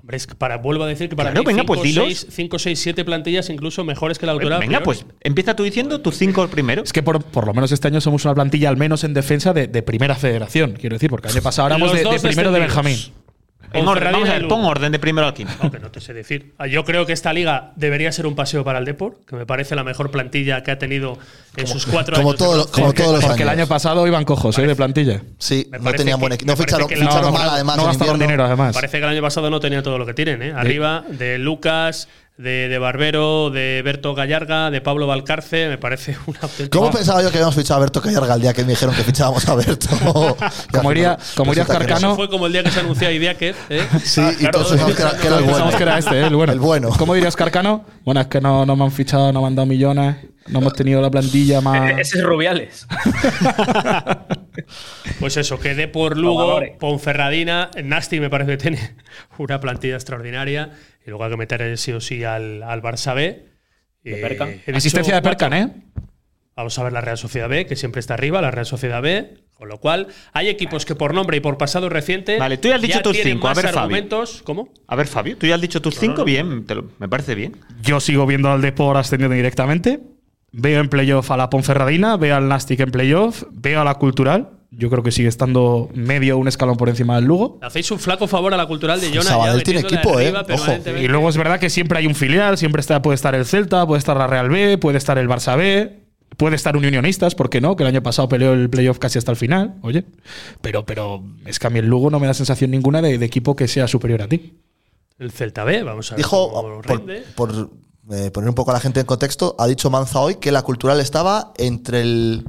Hombre, es que para, vuelvo a decir que para Claro, mí venga, pues 5, dilos. 6, 7 plantillas incluso mejores que la autora. Venga, anterior. pues empieza tú diciendo tus cinco primeros. Es que por, por lo menos este año somos una plantilla, al menos en defensa, de, de primera federación, quiero decir, porque el año pasado éramos Los de, de dos primero de Benjamín. descendidos. En orden, Ponferradina vamos y a ver, Lugo. pon orden de primero al quinto. No, que no te sé decir. Ah, Yo creo que esta liga debería ser un paseo para el Deport, que me parece la mejor plantilla que ha tenido en sus cuatro como años. de todo lo- Bronce. como todo- todos los Porque el años. año pasado iban cojos, ¿eh? De plantilla. Sí, Me no parece tenían que- buen equipo. No me parece ficharon, que la- ficharon no, no, mal, no, además, no en gastaron invierno. dinero, además. Parece que el año pasado no tenía todo lo que tienen, ¿eh? Arriba de Lucas, de, de Barbero, de Berto Gallarga, de Pablo Valcarce, me parece una auténtica. ¿Cómo pensaba yo que habíamos fichado a Berto Callarga el día que me dijeron que fichábamos a Berto? Como iría- como Resulta que iría no. Carcano, Fue como el día que se anunció Idiáquez, ¿eh? (laughs) Sí, y claro, todos pensamos que era, que era el Pensamos bueno. que era este, ¿eh? el bueno. El bueno. ¿Cómo dirías, Carcano? Bueno, es que no, no me han fichado, no me han dado millones, no hemos tenido la plantilla más. Eh, Ese es Rubiales. Pues eso, quedé por Lugo, Jugadores. Ponferradina, Nasty me parece que tiene (laughs) una plantilla extraordinaria. Y luego hay que meter el sí o sí al, al Barça B. De Eh, Perkan. he dicho Asistencia de cuatro. Percan, ¿eh? Vamos a ver la Real Sociedad B, que siempre está arriba, la Real Sociedad B. Con lo cual, hay equipos que por nombre y por pasado reciente. Vale, tú ya has dicho tus tienen cinco. A más ver, Fabi. argumentos. ¿Cómo? A ver, Fabio, tú ya has dicho tus cinco, bien, te lo- me parece bien. Yo sigo viendo al Depor ascendiendo directamente. Veo en playoff a la Ponferradina, veo al Nastic en playoff, veo a la Cultural. Yo creo que sigue estando medio un escalón por encima del Lugo. Le Hacéis un flaco favor a la cultural de Jonah. Sabadell ya tiene metiéndola equipo, arriba eh. Ojo. permanentemente. Y luego es verdad que siempre hay un filial, siempre está, puede estar el Celta, puede estar la Real B, puede estar el Barça B, puede estar un Unionistas, ¿por qué no? Que el año pasado peleó el playoff casi hasta el final, oye. Pero, pero es que a mí el Lugo no me da sensación ninguna de, de equipo que sea superior a ti. El Celta B, vamos a ver. cómo Dijo, por, rinde. por eh, poner un poco a la gente en contexto, ha dicho Manza hoy que la cultural estaba entre el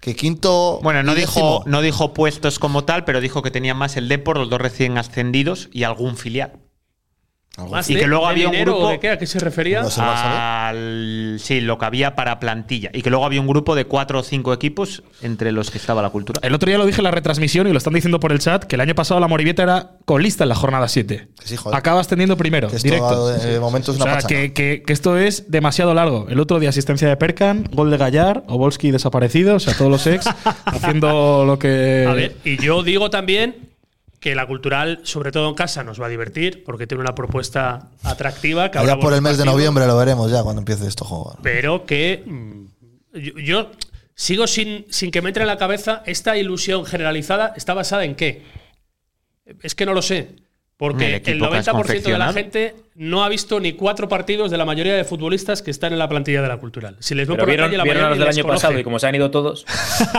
que quinto. Bueno, no y dijo, décimo. no dijo puestos como tal, pero dijo que tenía más el Depor, los dos recién ascendidos y algún filial. ¿Más Y de- que luego de había un dinero o grupo- ¿De qué? ¿A qué se refería? No sé. ¿Es el Barça Ah, Al- sí, lo que había para plantilla. Y que luego había un grupo de cuatro o cinco equipos entre los que estaba la cultura. El otro día lo dije en la retransmisión y lo están diciendo por el chat, que el año pasado la Morivieta era colista en la jornada 7. Que sí, joder. Acabas teniendo primero, Que esto, directo. eh, de momento es o una sea, pachanga. que, que- que esto es demasiado largo. El otro día asistencia de Perkan, gol de Gallar, Obolski desaparecido, o sea, todos los ex (laughs) haciendo lo que... Eh, A ver, y yo digo también que la cultural, sobre todo en casa, nos va a divertir porque tiene una propuesta atractiva. Que Allá ahora por el mes de partido, noviembre lo veremos ya cuando empiece esto juego. Pero que mm, yo, yo sigo sin, sin que me entre en la cabeza esta ilusión generalizada. ¿Está basada en qué? Es que no lo sé. El Porque el, equipo que has 90% de la confeccionado. gente no ha visto ni cuatro partidos de la mayoría de futbolistas que están en la plantilla de la cultural. Si les veo Pero por vieron, la calle, la vieron a mayoría ni los del les año conoce. pasado y como se han ido todos, (laughs)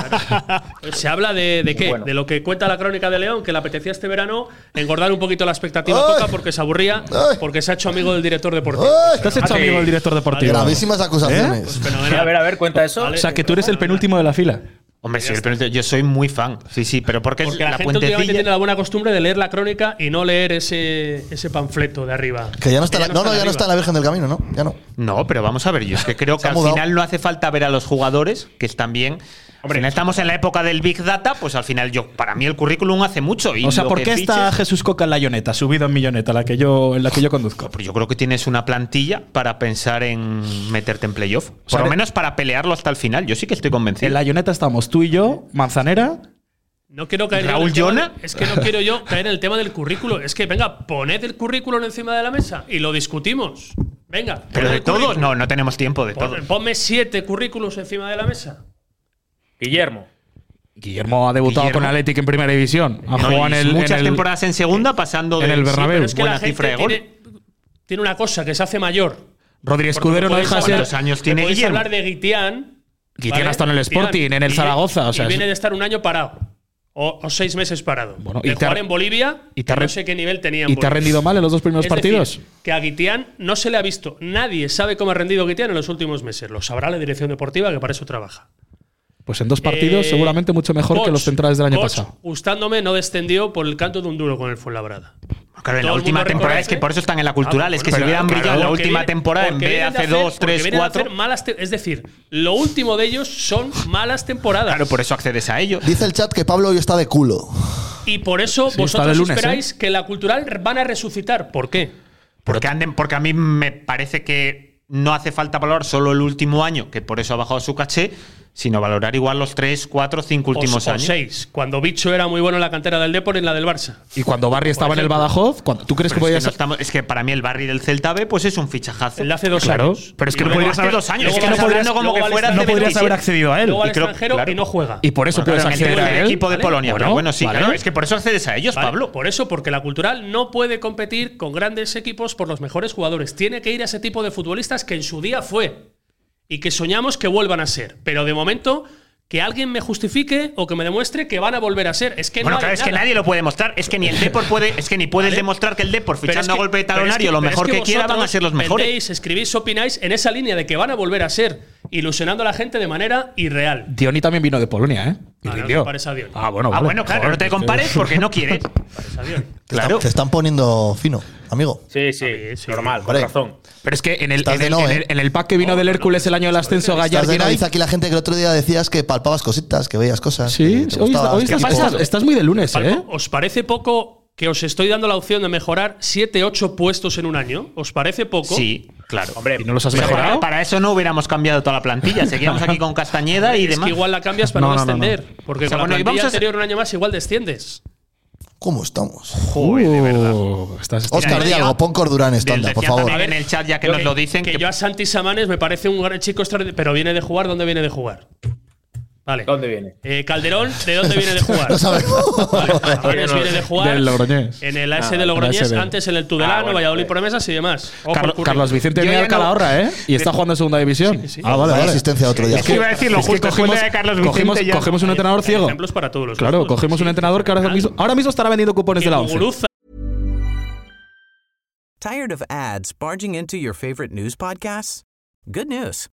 Pues Se habla de, de qué? Bueno. De lo que cuenta la crónica de León, que le apetecía este verano engordar un poquito la expectativa ¡Ay! Coca porque se aburría, ¡Ay! porque se ha hecho amigo del director deportivo. Pues ¡Ay! ¿Te has hecho Ah, amigo sí. del director deportivo? Gravísimas ¿eh? acusaciones. a ver, a ver, cuenta eso. Vale. O sea, que tú eres el penúltimo de la fila. Hombre, sí, pero yo soy muy fan. Sí, sí, pero porque, es Porque la, la, gente últimamente tiene puentecilla. la buena costumbre de leer la crónica y no leer ese, ese panfleto de arriba. Que ya no está, la, no, no, ya no arriba. está la Virgen del Camino, ¿no? Ya no. No, pero vamos a ver, yo es que creo Se que ha al mudado. final no hace falta ver a los jugadores, que están bien. Al final estamos en la época del Big Data, pues al final yo, para mí el currículum hace mucho. Y O sea, lo ¿por que qué está fiches- Jesús Coca en la Ioneta, subido en milloneta, la que yo, en la que yo conduzco? Pues yo creo que tienes una plantilla para pensar en meterte en playoff. Por sea, lo de- menos para pelearlo hasta el final. Yo sí que estoy En convencido. la Ioneta estamos tú y yo, Manzanera, No quiero caer yo en ¿Raúl el tema Llona? de- es que no quiero yo caer en el tema del currículo. Es que, venga, poned el currículum encima de la mesa y lo discutimos. Venga. Pero poned de el todos, currículum. no, no tenemos tiempo de Pon- todos. Ponme siete currículos encima de la mesa. Guillermo. Guillermo ha debutado Guillermo. con Athletic en primera división. Ha No, jugado en y el, muchas en el- temporadas en segunda pasando en de el Bernabéu. Pero es que buena la gente cifra de gol. tiene, tiene una cosa que se hace mayor. Rodri Porque Escudero no podéis deja de ser. ¿Cuántos años tiene me podéis Guillermo? hablar de Guitián. Guitián ha estado en el Guitián, Sporting, en el y- Zaragoza, o sea, y es- viene de estar un año parado. O, o seis meses parado. Bueno, y de te ha- jugar en Bolivia, y y te ha no re- sé qué nivel tenía. en ¿Y te ha Bolivia. rendido mal en los dos primeros Es partidos? decir, que a Guitián no se le ha visto. Nadie sabe cómo ha rendido Guitián en los últimos meses. Lo sabrá la dirección deportiva, que para eso trabaja. pues en dos partidos, Eh, seguramente mucho mejor que Koch- los centrales del año Koch, pasado. Gustándome, no descendió por el canto de un duro con el Fuenlabrada. Claro, Todo en la el última mundo temporada reconoce- es que por eso están en la cultural. Ah, es que bueno, si hubieran claro, brillado en la porque última viene- temporada en porque vez de vienen hace hacer- dos, porque tres, vienen a hacer cuatro. malas te- es decir, lo último de ellos son malas temporadas. Claro, por eso accedes a ellos. Dice el chat que Pablo hoy está de culo. Y por eso Sí, está de vosotros lunes, ¿eh? esperáis que la cultural van a resucitar. ¿Por qué? Porque, anden, porque a mí me parece que no hace falta valorar solo el último año, que por eso ha bajado su caché, sino valorar igual los tres, cuatro, cinco últimos o, o años. seis. Cuando Bicho era muy bueno en la cantera del Depor y en la del Barça. Y cuando Barry estaba en el ejemplo. Badajoz, cuando- ¿tú crees Pero que podía es, que no ser.? estamos- es que para mí el Barry del Celta B pues es un fichajazo. El de hace dos Claro, años. pero es que Y no luego podrías hace haber- dos años. es que no Estás podrías- hablando como luego que al fuera de extranjero- no podrías haber 27. accedido a él. Luego al Y creo- extranjero claro. y no juega. Y por eso Bueno, puedes claro, en el acceder equipo- a el él. equipo de ¿vale? Polonia, pero Bueno, bueno, sí, vale. claro, es que por eso accedes a ellos, Vale, Pablo. Por eso, porque la cultural no puede competir con grandes equipos por los mejores jugadores. Tiene que ir a ese tipo de futbolistas que en su día fue y que soñamos que vuelvan a ser. Pero de momento, que alguien me justifique o que me demuestre que van a volver a ser. Es que bueno, no hay claro, es que nada. nadie lo puede demostrar. Es que ni el Depor puede, es que ni puedes Vale. demostrar que el Depor Pero fichando es a que- golpe de pero es talonario lo pero es mejor que, quiera van a vosotros ser los mejores. Vendéis, escribís, opináis en esa línea de que van a volver a ser, ilusionando a la gente de manera irreal. Dioni también vino de Polonia, ¿eh? Y Ah, no te rindió. compares a Dioni. Ah, bueno, ah, vale. bueno, claro, Joder, no te pues, compares porque (laughs) no quieres. Pues adiós. Te están- Claro. Te están poniendo fino, amigo. Sí, sí, normal, Hombre. con razón. Pero es que en el, Estás en de el, no, en ¿eh? el- en el pack que vino del Hércules el año del ascenso Estás Gallardo. de nariz aquí la gente que el otro día decías que palpabas cositas, que veías cosas. Sí, que te hoy, gustaba, hoy que estás, tipo- estás- estás muy de lunes, ¿eh? Paco, ¿Os parece poco que os estoy dando la opción de mejorar 7, 8 puestos en un año? ¿Os parece poco? Sí, claro. Hombre, ¿Y no los has Pero para, mejorado? para eso no hubiéramos cambiado toda (laughs) la plantilla. Seguíamos aquí con Castañeda y es demás. que igual la cambias para No, no, no, no, no. descender. Porque O sea, con bueno, y la vamos plantilla a- anterior un año más igual desciendes. ¿Cómo estamos? Joder, de verdad. Uh, estás- estás- Oscar mira, Dialgo, pon Cordurán Del- estándar, por decía favor. también en el chat, ya que Yo nos lo dicen, Que, que, yo a Santi Samanes me parece un gran chico extraordinario, pero viene de jugar. ¿Dónde viene de jugar? Vale. ¿Dónde viene? Eh, Calderón, ¿de dónde viene (laughs) de jugar? No sabemos. Arenas viene de jugar Del Logroñés. En el AS de en Logroñés, el AS. antes en el Tudelano, Ah, bueno, Valladolid sí. Promesas y demás. Ojo al Carlo- currículum. Carlos Vicente Yo viene ya al no- Calahorra, ¿eh? Y está jugando en segunda división. sí. Ah, vale, Vaya vale. asistencia otro día. Es que iba a decirlo Es que justo, cogimos, justo de Carlos Vicente cogimos, ya. cogemos un entrenador Hay ciego. eh, Ejemplos para todos los Ah, Claro, gustos. cogemos un entrenador que ahora mismo, ahora mismo estará vendiendo cupones Y de la 11. Muguruza Tired of ads barging into your favorite news podcasts? Good news.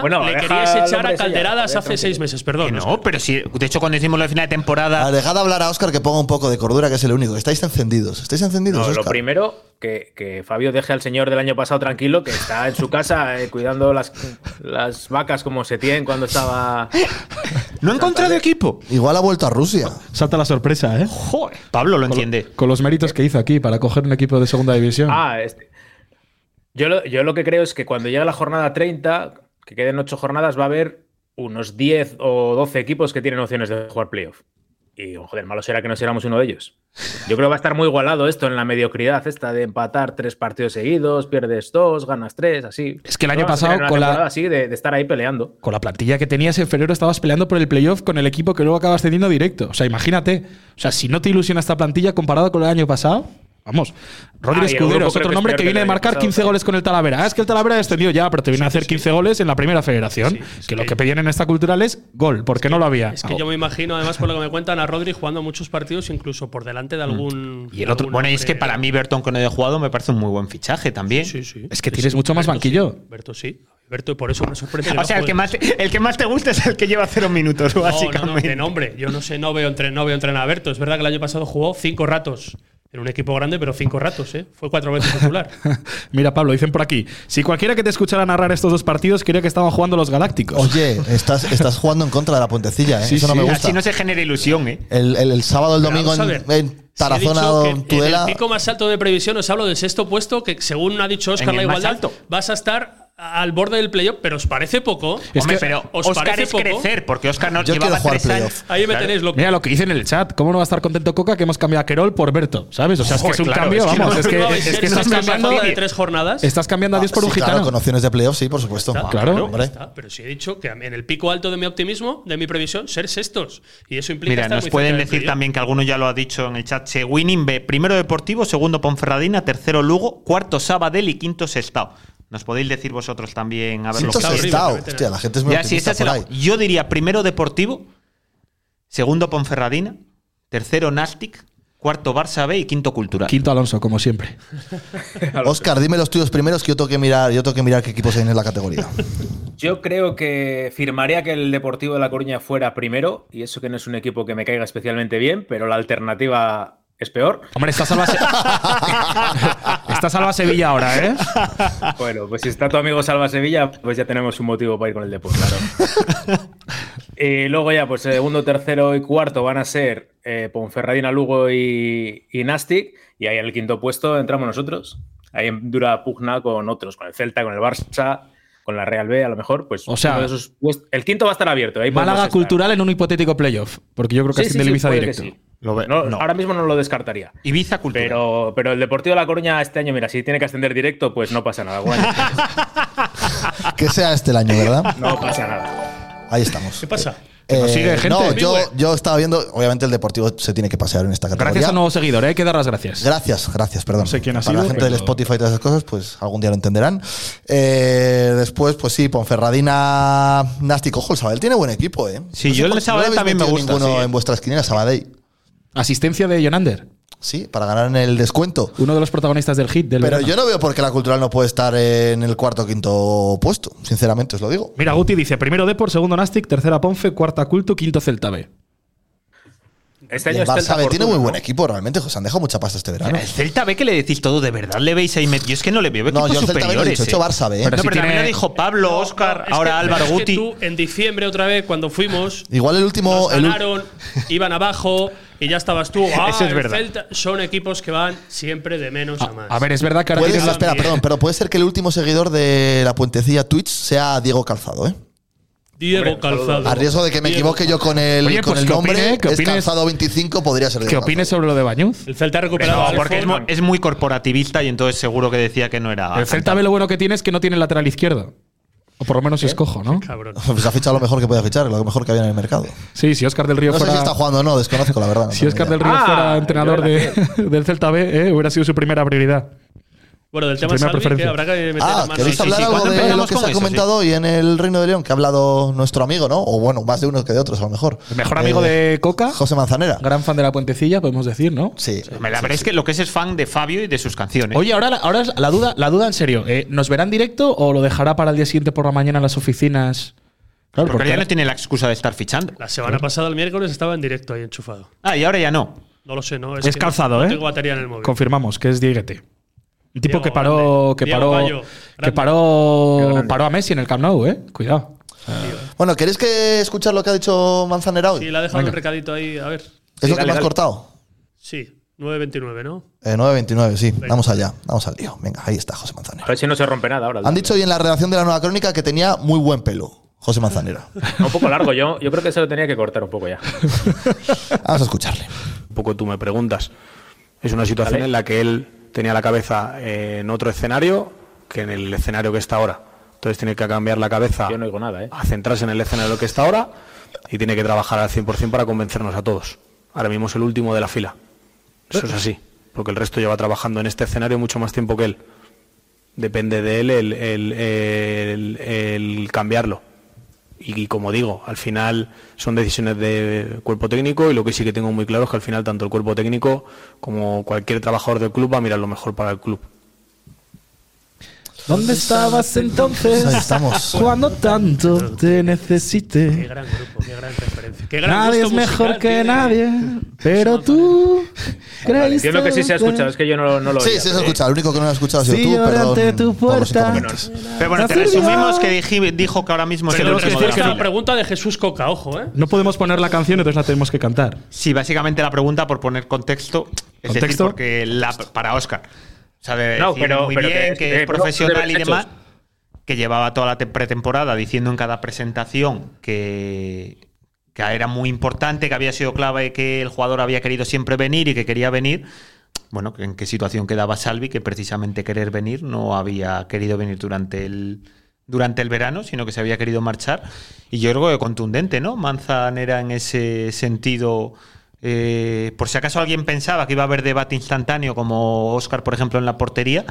Bueno, le deja querías al echar hombre a ese ya, calderadas ya, hace seis meses, perdón. Que Oscar. no, pero si. De hecho, cuando hicimos la final de temporada. Ah, Dejad hablar a Oscar que ponga un poco de cordura, que es el único. Estáis encendidos. Estáis encendidos, No, lo Óscar? primero, que, que Fabio deje al señor del año pasado tranquilo, que está en su casa eh, cuidando las, las vacas como se tienen cuando estaba. No he encontrado equipo. Igual ha vuelto a Rusia. Salta la sorpresa, ¿eh? Joder. Pablo lo Con- entiende. Con, los méritos que hizo aquí para coger un equipo de segunda división. Ah, este. Yo lo, yo lo que creo es que cuando llegue la jornada 30, que queden 8 jornadas, va a haber unos 10 o 12 equipos que tienen opciones de jugar playoff. Y, joder, malo será que no seamos uno de ellos. Yo creo que va a estar muy igualado esto en la mediocridad, esta de empatar tres partidos seguidos, pierdes dos, ganas tres, así. Es que el año Vamos a pasado tener una con la- temporada Así, de, de estar ahí peleando. Con la plantilla que tenías en febrero estabas peleando por el playoff con el equipo que luego acabas teniendo directo. O sea, imagínate. O sea, si no te ilusiona esta plantilla comparado con el año pasado. Vamos, Rodri Ah, y el Escudero grupo es otro creo que es nombre peor que que viene el de año marcar pasado, ¿eh? 15 sí. goles con el Talavera. Ah, es que el Talavera descendió ya, pero te viene a hacer 15 goles en la primera federación. que lo que pedían en esta cultural es gol, porque no lo había. Oh. Es que yo me imagino, además, por lo que me cuentan, a Rodri jugando muchos partidos, incluso por delante de algún. Mm. Y el de otro, algún bueno, y es hombre. que para mí Berton que no he jugado me parece un muy buen fichaje también. Sí, sí. Es que Sí, tienes sí. mucho más Berto banquillo. sí. Berto sí. Berto, y por eso me sorprende. (laughs) O sea, el que, más te, el que más te gusta es el que lleva cero minutos, básicamente. básicamente. No, no, de nombre. Yo no sé, no veo, entre, no veo entrenar a Berto. Es verdad que el año pasado jugó cinco ratos. En un equipo grande, pero cinco ratos, ¿eh? Fue cuatro veces (laughs) titular. (laughs) Mira, Pablo, dicen por aquí. Si cualquiera que te escuchara narrar estos dos partidos quería que estaban jugando los Galácticos. Oye, estás, estás jugando en contra de la puentecilla, ¿eh? Sí, Eso no sí. me gusta. Así Ah, no se genera ilusión, ¿eh? el, el- el sábado, el Pero domingo vamos a en, ver. en Tarazona Si he dicho que o en Tudela. En el pico más alto de previsión os hablo del sexto puesto, que según ha dicho Oscar En la el más igualdad, alto. vas a estar al borde del playoff, pero os parece poco. Es Hombre, que- pero ¿os Oscar parece es poco? crecer, porque Oscar no Yo llevaba quiero jugar tres años. playoff. Ahí me Claro. tenéis loco. Mira lo que dice en el chat. ¿Cómo no va a estar contento Coca que hemos cambiado a Querol por Berto? ¿Sabes? O sea, es que Joder, es un claro, cambio, es que vamos. no- Es que, No, es en que serio, estás ¿no es una cambiando, jornada de tres jornadas. estás cambiando a Dios por Ah, un sí, Claro, con gitano. opciones de playoff, sí, por supuesto. Está, claro, ya hombre. está. pero si he dicho que en el pico alto de mi optimismo, de mi previsión, ser sextos. Y eso implica. Mira, estar nos muy pueden cerca ¿eh? del decir playoff. también que alguno ya lo ha dicho en el chat. Winning B, primero Deportivo, segundo Ponferradina, tercero Lugo, cuarto Sabadell y quinto Sestao. Nos podéis decir vosotros también a ver Siento los Sestao. cambios. sestao. horrible, Hostia, la gente es muy Ya, si optimista esa se por la- (laughs) ahí. yo diría primero Deportivo, segundo Ponferradina, tercero Nastic, cuarto Barça B y quinto Cultural. Quinto Alonso, como siempre. Oscar, dime los tuyos primeros que yo tengo que mirar, yo tengo que mirar qué equipos hay en la categoría. Yo creo que firmaría que el Deportivo de La Coruña fuera primero, y eso que no es un equipo que me caiga especialmente bien, pero la alternativa es peor. Hombre, está salva, (laughs) Se- está salva Sevilla ahora, ¿eh? Bueno, pues si está tu amigo Salva Sevilla, pues ya tenemos un motivo para ir con el Depor, claro. (laughs) y luego ya, pues segundo, tercero y cuarto van a ser eh, Ponferradina, Lugo y, y Nastic. Y ahí en el quinto puesto entramos nosotros. Ahí en dura pugna con otros, con el Celta, con el Barça, con la Real B a lo mejor. Pues O sea, uno de esos puest- el quinto va a estar abierto. Ahí podemos Málaga estar. cultural en un hipotético playoff. Porque yo creo que Sí, es sí, de sí, Ibiza puede que directo. sí. Lo ve- No, no. Ahora mismo no lo descartaría. Ibiza Cultural. Pero, pero el Deportivo de La Coruña este año, mira, si tiene que ascender directo, pues no pasa nada. algún año. Que sea este el año, ¿verdad? no pasa nada. Ahí estamos. (laughs) ¿Qué pasa? nos sigue gente. No, Amigo, yo, eh. yo estaba viendo, obviamente el Deportivo se tiene que pasear en esta categoría. Gracias a nuevo seguidor, ¿eh? Hay que dar las gracias. Gracias, gracias, perdón. No sé quién ha Para sido, la gente del pero- Spotify y todas esas cosas, pues algún día lo entenderán. Eh, después, pues sí, Ponferradina, Nástico. Ojo, el Sabadell tiene buen equipo, ¿eh? Sí, No sé yo el por qué Sabadell no le habéis también me metido gusta, ninguno sí. en vuestra esquinera, Sabadell. Asistencia de Jonander, Sí, para ganar en el descuento. uno de los protagonistas del hit del Pero verano. yo no veo por qué la cultural no puede estar en el cuarto o quinto puesto, sinceramente os lo digo. Mira, Guti dice: primero Depor, segundo Nastic, tercera Ponfe, cuarta Culto, quinto Celta B. Este Y año el está el Barça B tiene Fortuna, muy ¿no? buen equipo, realmente. José, han dejado mucha pasta este verano. El Celta B que le decís todo, de verdad le veis ahí. met- Yo es que no le veo No, equipos yo el Celta B no lo he superiores. dicho, he eh. hecho Barça B. ¿eh? No, Pero si pero también tiene- lo dijo Pablo, No, Oscar, es que- ahora Álvaro es que Guti. tú, en diciembre, otra vez, cuando (laughs) fuimos, Igual el último. nos el ul- (laughs) ganaron, iban abajo y ya estabas tú. Ah, Eso es el verdad. Celta- son equipos que van siempre de menos a, más. A ver, es verdad que ahora Puede, tienes ser- las. espera, perdón, pero puede ser que el último seguidor de la puentecilla Twitch sea Diego Calzado, ¿eh? Diego Hombre, Calzado. A riesgo de que me Diego. equivoque yo con el, Oye, con pues el que nombre, opine, que es opines- Calzado 25, podría ser ¿Qué Diego opinas Calzado. sobre lo de Bañuz? El Celta ha recuperado. No, al porque es, mu- Forman. es muy Ah, corporativista y entonces seguro que decía que no era. El Celta B lo bueno que tiene es que no tiene lateral izquierdo. O por lo menos es cojo, ¿no? Cabrón. (laughs) Pues ha fichado lo mejor que podía fichar, lo mejor que había en el mercado. Sí, si Oscar del Río No sé fuera. si está jugando o no, desconozco la verdad. no si tengo Oscar ni idea. del Río Ah, fuera yo entrenador era de, (laughs) del Celta B, eh, hubiera sido su primera prioridad. Bueno, del Su tema primera Salvi, que preferencia. habrá que meter Ah, mano. ¿queréis sí, hablar sí. algo ¿Cuándo de lo empezamos que con se ha eso? comentado hoy en el Reino de León? Que ha hablado nuestro amigo, ¿no? O bueno, más de uno que de otros, a lo mejor. El mejor amigo de Coca. Eh, José Manzanera. Gran fan de la puentecilla, podemos decir, ¿no? Sí. La verdad es que lo que es es fan de Fabio y de sus canciones. Oye, ahora, la- ahora es la duda, la duda en serio. eh, ¿Nos verán directo o lo dejará para el día siguiente por la mañana en las oficinas? Claro, porque ya ahora- no tiene la excusa de estar fichando. La semana pasada, el miércoles, estaba en directo ahí enchufado. Ah, y ahora ya no. No lo sé, no. Es que calzado, no ¿eh? Tengo batería en el móvil. confirmamos que es Dieguete. Un tipo Diego, que paró, grande. que Diego paró, Gallo, que grande. Diego paró, grande. paró a Messi en el Camp Nou, eh. Cuidado. Bueno, ¿queréis que escuchar lo que ha dicho Manzanera hoy? Sí, le ha dejado un recadito ahí. A ver. Es lo que dale, me has dale. cortado. Sí, 9.29, ¿no? Eh, 9.29, sí. Vamos allá. Vamos al lío. Venga, ahí está José Manzanera. A ver si no se rompe nada ahora. Han dicho hoy en la redacción de la nueva crónica que tenía muy buen pelo, José Manzanera. Un poco largo, yo, yo creo que se lo tenía que cortar un poco ya. Vamos a escucharle. (laughs) un poco tú me preguntas. Es una situación Vale. en la que él tenía la cabeza eh, en otro escenario que en el escenario que está ahora. Entonces tiene que cambiar la cabeza Yo no oigo nada, ¿eh? a centrarse en el escenario que está ahora y tiene que trabajar al 100% para convencernos a todos. Ahora mismo es el último de la fila. Eso es así, porque el resto lleva trabajando en este escenario mucho más tiempo que él. Depende de él el, el- el- el cambiarlo. Y, y como digo, al final son decisiones de cuerpo técnico y lo que sí que tengo muy claro es que al final tanto el cuerpo técnico como cualquier trabajador del club va a mirar lo mejor para el club. ¿Dónde este estabas entonces? Pues Ahí (laughs) estamos. Cuando tanto te Qué necesite. gran grupo, qué gran referencia. Qué gran Nadie gusto es mejor musical que (laughs) tiene. nadie, pero tú Vale, creíste. entiendo que sí se ha escuchado, es que yo no, no lo Sí, oía, sí, se pero- ha escuchado. El único que no lo ha escuchado ha sido Sí, tú, lloré ante perdón. tu por los puerta. inconvenientes. Pero bueno, te Racing Bilbao. resumimos que diji- dijo que ahora mismo es el Pero último tenemos de que la hacer la fila. pregunta de Jesús Coca, ojo, ¿eh? No podemos poner la canción, entonces la tenemos que cantar. Sí, básicamente la pregunta por poner contexto. Es decir, ¿Contexto? porque la, para Oscar. O sea, de No, decir pero- muy pero que bien, es- que, que es no, profesional de y los demás. hechos. Que llevaba toda la te- pretemporada diciendo en cada presentación que, que era muy importante, que había sido clave, que el jugador había querido siempre venir y que quería venir. Bueno, ¿en qué situación quedaba Salvi? Que precisamente querer venir no había querido venir durante el, durante el verano, sino que se había querido marchar. Y yo creo que contundente, ¿no? Manzanera en ese sentido. eh, por si acaso alguien pensaba que iba a haber debate instantáneo, como Oscar, por ejemplo, en la portería,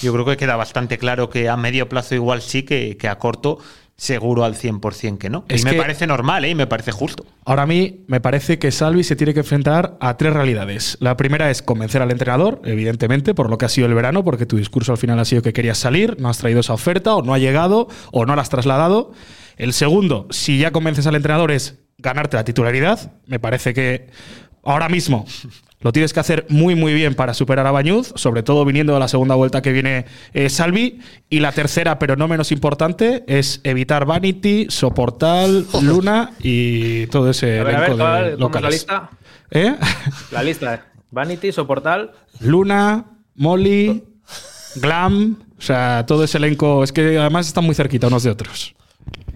yo creo que queda bastante claro que a medio plazo igual sí, que, que a corto seguro al 100% que no. Es y me que- parece normal, ¿eh? Y me parece justo. Ahora a mí me parece que Salvi se tiene que enfrentar a tres realidades. La primera es convencer al entrenador, evidentemente, por lo que ha sido el verano, porque tu discurso al final ha sido que querías salir, no has traído esa oferta, o no ha llegado, o no la has trasladado. El segundo, si ya convences al entrenador, es ganarte la titularidad. Me parece que ahora mismo lo tienes que hacer muy muy bien para superar a Bañuz, sobre todo viniendo de la segunda vuelta que viene eh, Salvi. Y la tercera, pero no menos importante, es evitar Vanity, (laughs) Soportal, Luna y todo ese eh, A ver, a ver, elenco ¿cuál- de cómo es la locales. lista? ¿Eh? (laughs) La lista. Vanity, Soportal. Luna, Molly, Glam, o sea, todo ese elenco. Es que además están muy cerquita unos de otros.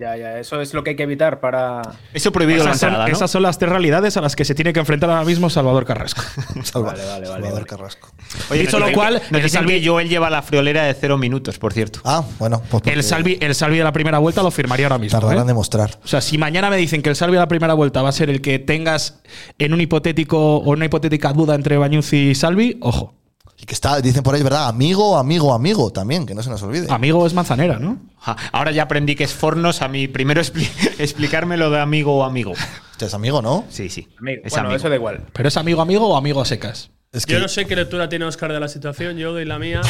Ya, ya, eso es lo que hay que evitar para. Eso prohibido la Esas son, entrada, ¿no? esas son las tres realidades a las que se tiene que enfrentar ahora mismo Salvador Carrasco. Salva- Vale, vale, vale, Salvador vale. Carrasco. (laughs) Oye, Dicho nos lo dicen- cual, nos el dicen Salvi- que Joel lleva la friolera de cero minutos, por cierto. Ah, bueno, pues porque El Salvi, el Salvi de la primera vuelta lo firmaría ahora mismo. tardarán ¿eh? en demostrar. O sea, si mañana me dicen que el salve a la primera vuelta va a ser el que tengas en un hipotético o una hipotética duda entre Bañuz y Salvi, ojo. Y que está, dicen por ahí, ¿verdad? Amigo, amigo, amigo también, que no se nos olvide. Amigo es manzanera, ¿no? Ja, Ah, Ahora ya aprendí que es Fornos a mí. Primero expli- (laughs) explicarme lo de amigo o amigo. Este es amigo, ¿no? Sí, sí. Amigo. Es bueno, amigo. eso da igual. Pero es amigo amigo o amigo a secas. Es que Yo no sé qué lectura tiene Oscar de la situación, yo doy la mía.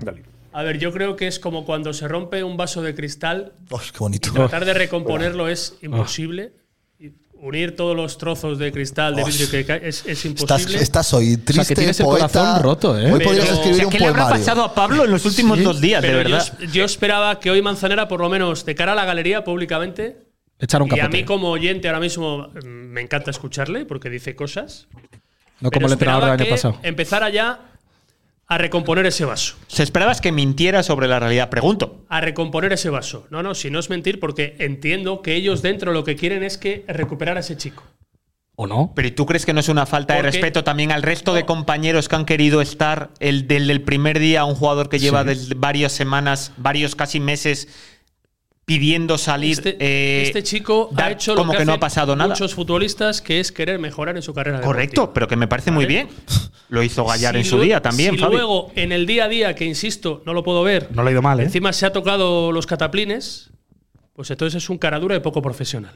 Dale. A ver, yo creo que es como cuando se rompe un vaso de cristal Uf, oh, qué bonito. Tratar de Oh. recomponerlo es imposible. Y Unir todos los trozos de cristal de Oh. Uf. vidrio que ca- es, Estás, es imposible. estás hoy triste, tienes el poeta. corazón roto, ¿eh? Hoy Pero- podrías O escribir sea, un ¿Qué le habrá poemario. pasado a Pablo en los últimos dos días, de Pero yo, verdad? es- yo esperaba que hoy Manzanera, por lo menos de cara a la galería públicamente, Echar un y a capote. mí como oyente ahora mismo mm, me encanta escucharle porque dice cosas. no pero como el entrenador del esperaba año que pasado. Empezara ya a recomponer ese vaso. ¿Se esperabas que mintiera sobre la realidad? Pregunto. A recomponer ese vaso. No, no, si no es mentir, porque entiendo que ellos dentro lo que quieren es que recuperar a ese chico. ¿O no? Pero ¿y tú crees que no es una falta de Porque- respeto también al resto de compañeros que han querido estar el del, del primer día, un jugador que lleva desde varias semanas, varios casi meses pidiendo salir. Este, eh, este chico da- ha hecho lo como que, no ha hacen pasado nada. Muchos futbolistas que es querer mejorar en su carrera. Correcto, deportiva. pero que me parece muy bien. Lo hizo Gallar Si en su lue- día también, si Fabi. luego en el día a día, que insisto, no lo puedo ver, No lo ha ido mal, ¿eh? encima se ha tocado los cataplines, pues entonces es un cara dura y poco profesional.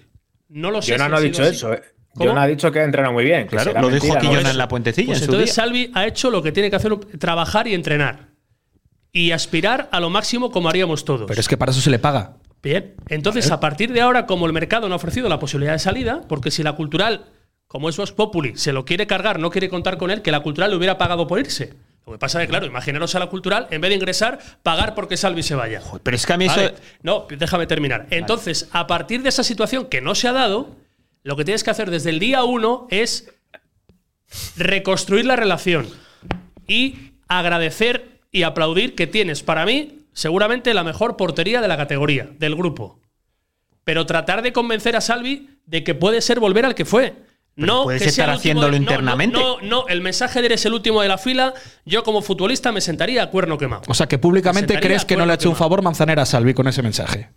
No lo sé. Jonan si no ha sido dicho así. eso. eh. ¿Cómo? Jonan ha dicho que entrena muy bien. que Claro, será lo dijo mentira, aquí ¿no? Jonan en la puentecilla Pues en su día. entonces Salvi ha hecho lo que tiene que hacer, trabajar y entrenar. Y aspirar a lo máximo como haríamos todos. Pero es que para eso se le paga. Bien, entonces a partir de ahora, como el mercado no ha ofrecido la posibilidad de salida, porque si la cultural, como es Vox Populi, se lo quiere cargar, no quiere contar con él, que la cultural le hubiera pagado por irse. Lo que pasa es que, claro, imaginaros a la cultural, en vez de ingresar, pagar porque Salvi se vaya. Pero es que a mí eso. Vale, No, déjame terminar. Entonces, a partir de esa situación que no se ha dado, lo que tienes que hacer desde el día uno es reconstruir la relación y agradecer y aplaudir que tienes, para mí, seguramente la mejor portería de la categoría, del grupo. Pero tratar de convencer a Salvi de que puede ser volver al que fue. no puedes que sea estar el último haciéndolo de- no, no, internamente. No, no, el mensaje de eres el último de la fila, yo como futbolista me sentaría a cuerno quemado. O sea, que públicamente Presentaría crees que no le ha acuerdo hecho un que no. favor Manzanera a Salvi con ese mensaje.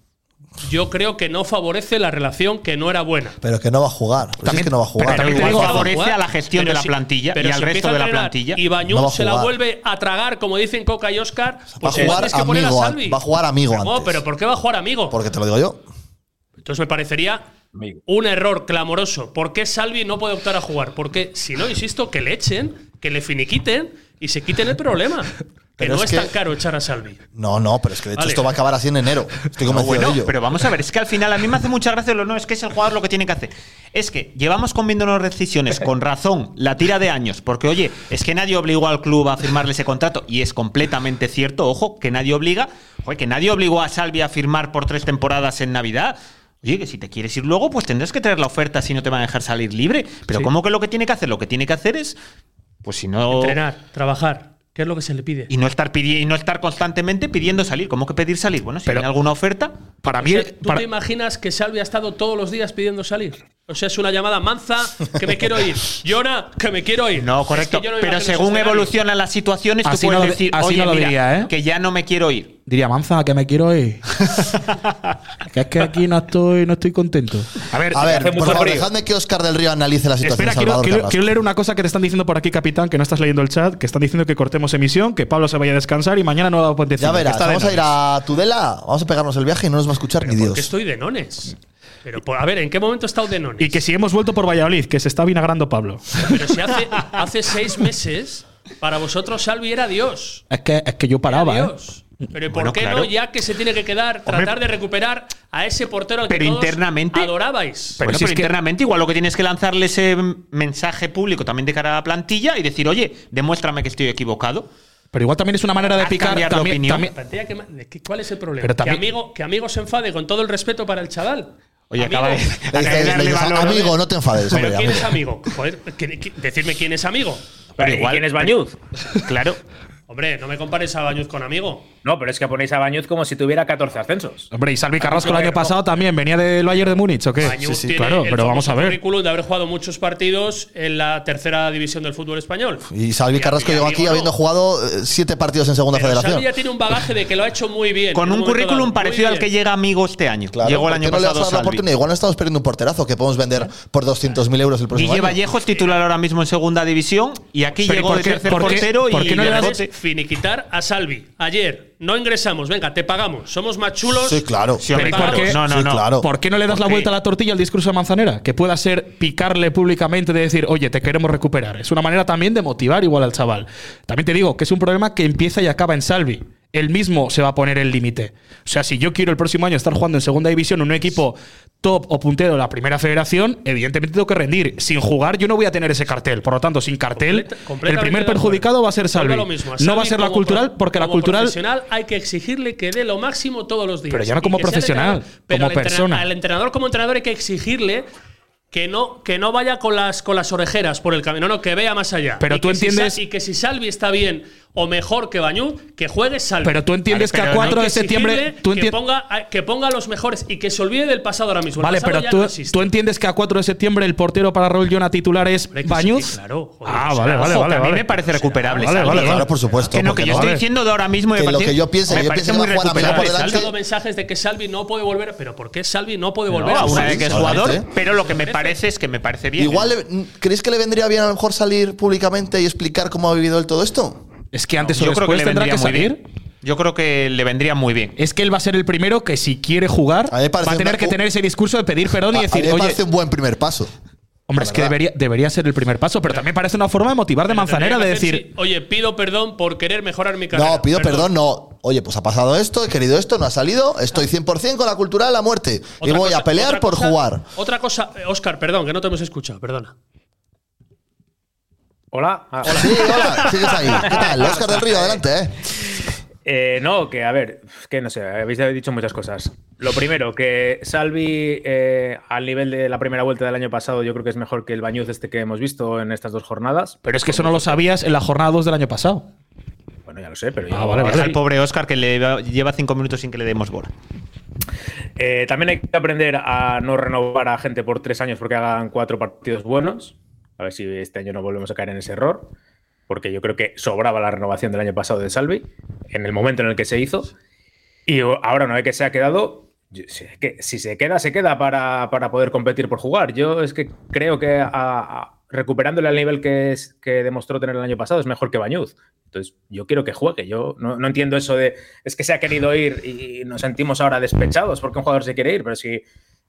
yo creo que no favorece la relación que no era buena. Pero que no va a jugar. Pues También- es que no va a pero jugar. también Pero igual igual favorece va jugar. a la gestión Pero de la si- plantilla pero y si al resto empieza de a la entrenar plantilla. Y Bañón No va a se la jugar. vuelve a tragar, como dicen Coca y Oscar. Pues jugar tienes que poner a amigo an- Salvi. va a jugar amigo No, antes. pero ¿por qué va a jugar amigo? Porque te lo digo yo. Entonces me parecería Amigo. un error clamoroso. ¿Por qué Salvi no puede optar a jugar? Porque si no, insisto, que le echen, que le finiquiten y se quiten el problema. Que Pero no es es tan que- caro echar a Salvi. No, no, pero es que de hecho Vale. esto va a acabar así en enero. Estoy No, convencido bueno, de ello. pero vamos a ver, es que al final a mí me hace mucha gracia lo no, es que es el jugador lo que tiene que hacer. Es que llevamos comiéndonos decisiones con razón la tira de años, porque oye, es que nadie obligó al club a firmarle ese contrato y es completamente cierto, ojo, que nadie obliga, oye, que nadie obligó a Salvi a firmar por tres temporadas en Navidad. Oye, que si te quieres ir luego, pues tendrás que traer la oferta si no te van a dejar salir libre. Pero ¿cómo que lo que tiene que hacer? Lo que tiene que hacer es, pues si no... Entrenar, trabajar. ¿Qué es lo que se le pide? Y no estar pidi- y no estar constantemente pidiendo salir. ¿Cómo que pedir salir? Bueno, si Pero- hay alguna oferta, pues eh, Para O mí, sea, ¿Tú para- te imaginas que Salvi ha estado todos los días pidiendo salir? O sea, es una llamada manza que me quiero ir. Llora que me quiero ir. No, Es correcto. que yo no me pero imagino según ese escenario. evolucionan las situaciones, Así tú puedes no lo- decir, así oye, no lo mira, diría, ¿eh? que ya no me quiero ir. diría Manza que me quiero ir. (laughs) que es que aquí no estoy, no estoy contento. A ver, A ver, hace por mucho favor, frío. dejadme que Oscar del Río analice la situación Espera, de quiero, Salvador quiero- Carrasco. quiero leer una cosa que te están diciendo por aquí, capitán, que no estás leyendo el chat, que están diciendo que cortemos emisión, que Pablo se vaya a descansar y mañana no va a Pontecilla. Ya que verás, está de vamos a ir nones. a Tudela, vamos a pegarnos el viaje y no nos va a escuchar ni Dios. Porque estoy de nones. Pero, por- a ver, ¿en qué momento he estado de nones? Y que si hemos vuelto por Valladolid, que se está vinagrando Pablo. Pero si hace, hace seis meses, para vosotros Salvi era Dios. Es que, es que yo Era paraba, ¿eh? Dios. Pero ¿y ¿por Bueno, qué claro. no, ya que se tiene que quedar, Hombre. tratar de recuperar a ese portero al que Pero todos internamente- adorabais? Bueno, Pero Pero, si es que- internamente, igual lo que tienes que lanzarle ese mm, mensaje público también de cara a la plantilla y decir, oye, demuéstrame que estoy equivocado. Pero igual también es una manera de Haz picar. cambiar de También, opinión. también- Pantalla que ma- es que ¿Cuál es el problema? Pero también- que, amigo, que amigo se enfade con todo el respeto para el chaval. Oye, Amigo, acaba de. Le dices- acaba de le darle dices, valor, amigo, no te enfades, ¿Pero hombre, quién es amigo". amigo? Joder, ¿quién- quién- decidme quién es amigo. Pero ¿Y igual- ¿Quién es Bañuz? Claro. Hombre, no me compares a Bañuz con amigo. No, pero es que ponéis a Bañuz como si tuviera 14 ascensos. Hombre, y Salvi Carrasco el yo año creo- pasado también venía del Bayern de Múnich, ¿o qué? Bañuz Sí, sí, tiene claro, el pero vamos a famoso ver. currículum de haber jugado muchos partidos en la tercera división del fútbol español. Y Salvi Carrasco y llegó amigo aquí no. habiendo jugado eh, siete partidos en Segunda Pero Xavi ya Federación. tiene un bagaje de que lo ha hecho muy bien. en Con un momento dado, currículum muy parecido al bien. que llega amigo este año. Claro, Llegó ¿por el qué año no le vas a pasado. dar la Salvi. oportunidad? Igual no estamos perdiendo un porterazo que podemos vender por 200.000 euros el próximo Guille año. Vallejo es titular ahora mismo en segunda división y aquí Pero ¿y llegó por de qué- tercer por qué- portero por y qué no le das- rebote. Finiquitar a Salvi. Ayer no ingresamos. Venga, te pagamos. Somos más chulos. Sí, claro. Sí, hombre, Pero claro. ¿por qué? No, no, Sí, no. claro. ¿Por qué no le das la Ok. vuelta a la tortilla al discurso de Manzanera? Que pueda ser picarle públicamente de decir, oye, te queremos recuperar. Es una manera también de motivar igual al chaval. También te digo que es un problema que empieza y acaba en Salvi. Él mismo se va a poner el límite. O sea, si yo quiero el próximo año estar jugando en segunda división en un equipo top o puntero de la primera federación, evidentemente tengo que rendir. Sin jugar yo no voy a tener ese cartel. Por lo tanto, sin cartel, Completa- el completamente primer de acuerdo. perjudicado va a ser Vuelvo Salvi. a lo mismo, a No va a Salvi ser la como cultural pro- porque la como cultural... profesional hay que exigirle que dé lo máximo todos los días. Pero ya no Y como que sea el profesional, entrenador. Pero como al entrena- persona. Al entrenador como entrenador hay que exigirle que no, que no vaya con las, con las orejeras por el camino, no, que vea más allá. Pero Y tú que si entiendes- Sa- y que si Salvi está bien o mejor que Bañú, que juegue Salvi. Pero tú entiendes Vale, que a pero 4 no de hay septiembre. Exigirle Tú que enti- ponga, a- que ponga a los mejores y que se olvide del pasado ahora mismo. El Vale, pasado pero ya tú, no existe. tú entiendes que a 4 de septiembre el portero para Raúl Jonah titular es Hombre, que sí, Bañuz. que claro, joder, ah, o sea, vale, vale, Ojo, vale. que a mí vale. me parece recuperable. Vale, Salvi, vale, ¿eh? vale. Claro, por supuesto. Que no, porque que yo no- estoy diciendo de ahora mismo. me Que lo parece- que yo piense, me que yo parece piense que muy va a jugar a mitad por recuperable. Han delante. salido Pues mensajes de que Salvi no puede volver, pero ¿por qué Salvi no puede No, volver? a una vez que es jugador, Totalmente. pero lo que me parece es que me parece bien. ¿eh? Igual, le- ¿creéis que le vendría bien a lo mejor salir públicamente y explicar cómo ha vivido él todo esto? Es que antes o yo creo que después le tendrá vendría que muy salir. bien. Yo creo que le vendría muy bien. Es que él va a ser el primero que, si quiere jugar, A mí me parece va a tener una- que tener ese discurso de pedir perdón A- y a mí decir, me oye, parece un buen primer paso. hombre, es que debería, debería ser el primer paso, pero también parece una forma de motivar de Manzanera de decir, Oye, pido perdón por querer mejorar mi carrera. No, pido perdón, no. Oye, pues ha pasado esto, he querido esto, no ha salido. Estoy 100% con la cultura de la muerte. y Otra voy cosa- a pelear otra por cosa- jugar. Otra cosa, Oscar, perdón, que no te hemos escuchado, perdona. Hola. Ah, Sí, hola, sigues ahí. ¿Qué tal? Oscar del Río, adelante, ¿eh? Eh, no, que a ver, es que no sé, habéis dicho muchas cosas. Lo primero, que Salvi, eh, al nivel de la primera vuelta del año pasado, yo creo que es mejor que el Bañuz este que hemos visto en estas dos jornadas. pero es que eso no lo sabías en la jornada 2 del año pasado. Bueno, ya lo sé, pero Ah, yo- vale, Deja vale. al pobre Oscar que le va- lleva cinco minutos sin que le demos bola. Eh, también hay que aprender a no renovar a gente por tres años porque hagan cuatro partidos buenos. A ver si este año no volvemos a caer en ese error. Porque yo creo que sobraba la renovación del año pasado de Salvi en el momento en el que se hizo. Y o- ahora, una vez que se ha quedado, yo- si, es que- si se queda, se queda para, para poder competir por jugar. Yo es que creo que a- a- recuperándole al nivel que, es, que demostró tener el año pasado es mejor que Bañuz. Entonces, yo quiero que juegue. Yo no, no entiendo eso de es que se ha querido ir y nos sentimos ahora despechados porque un jugador se quiere ir. Pero si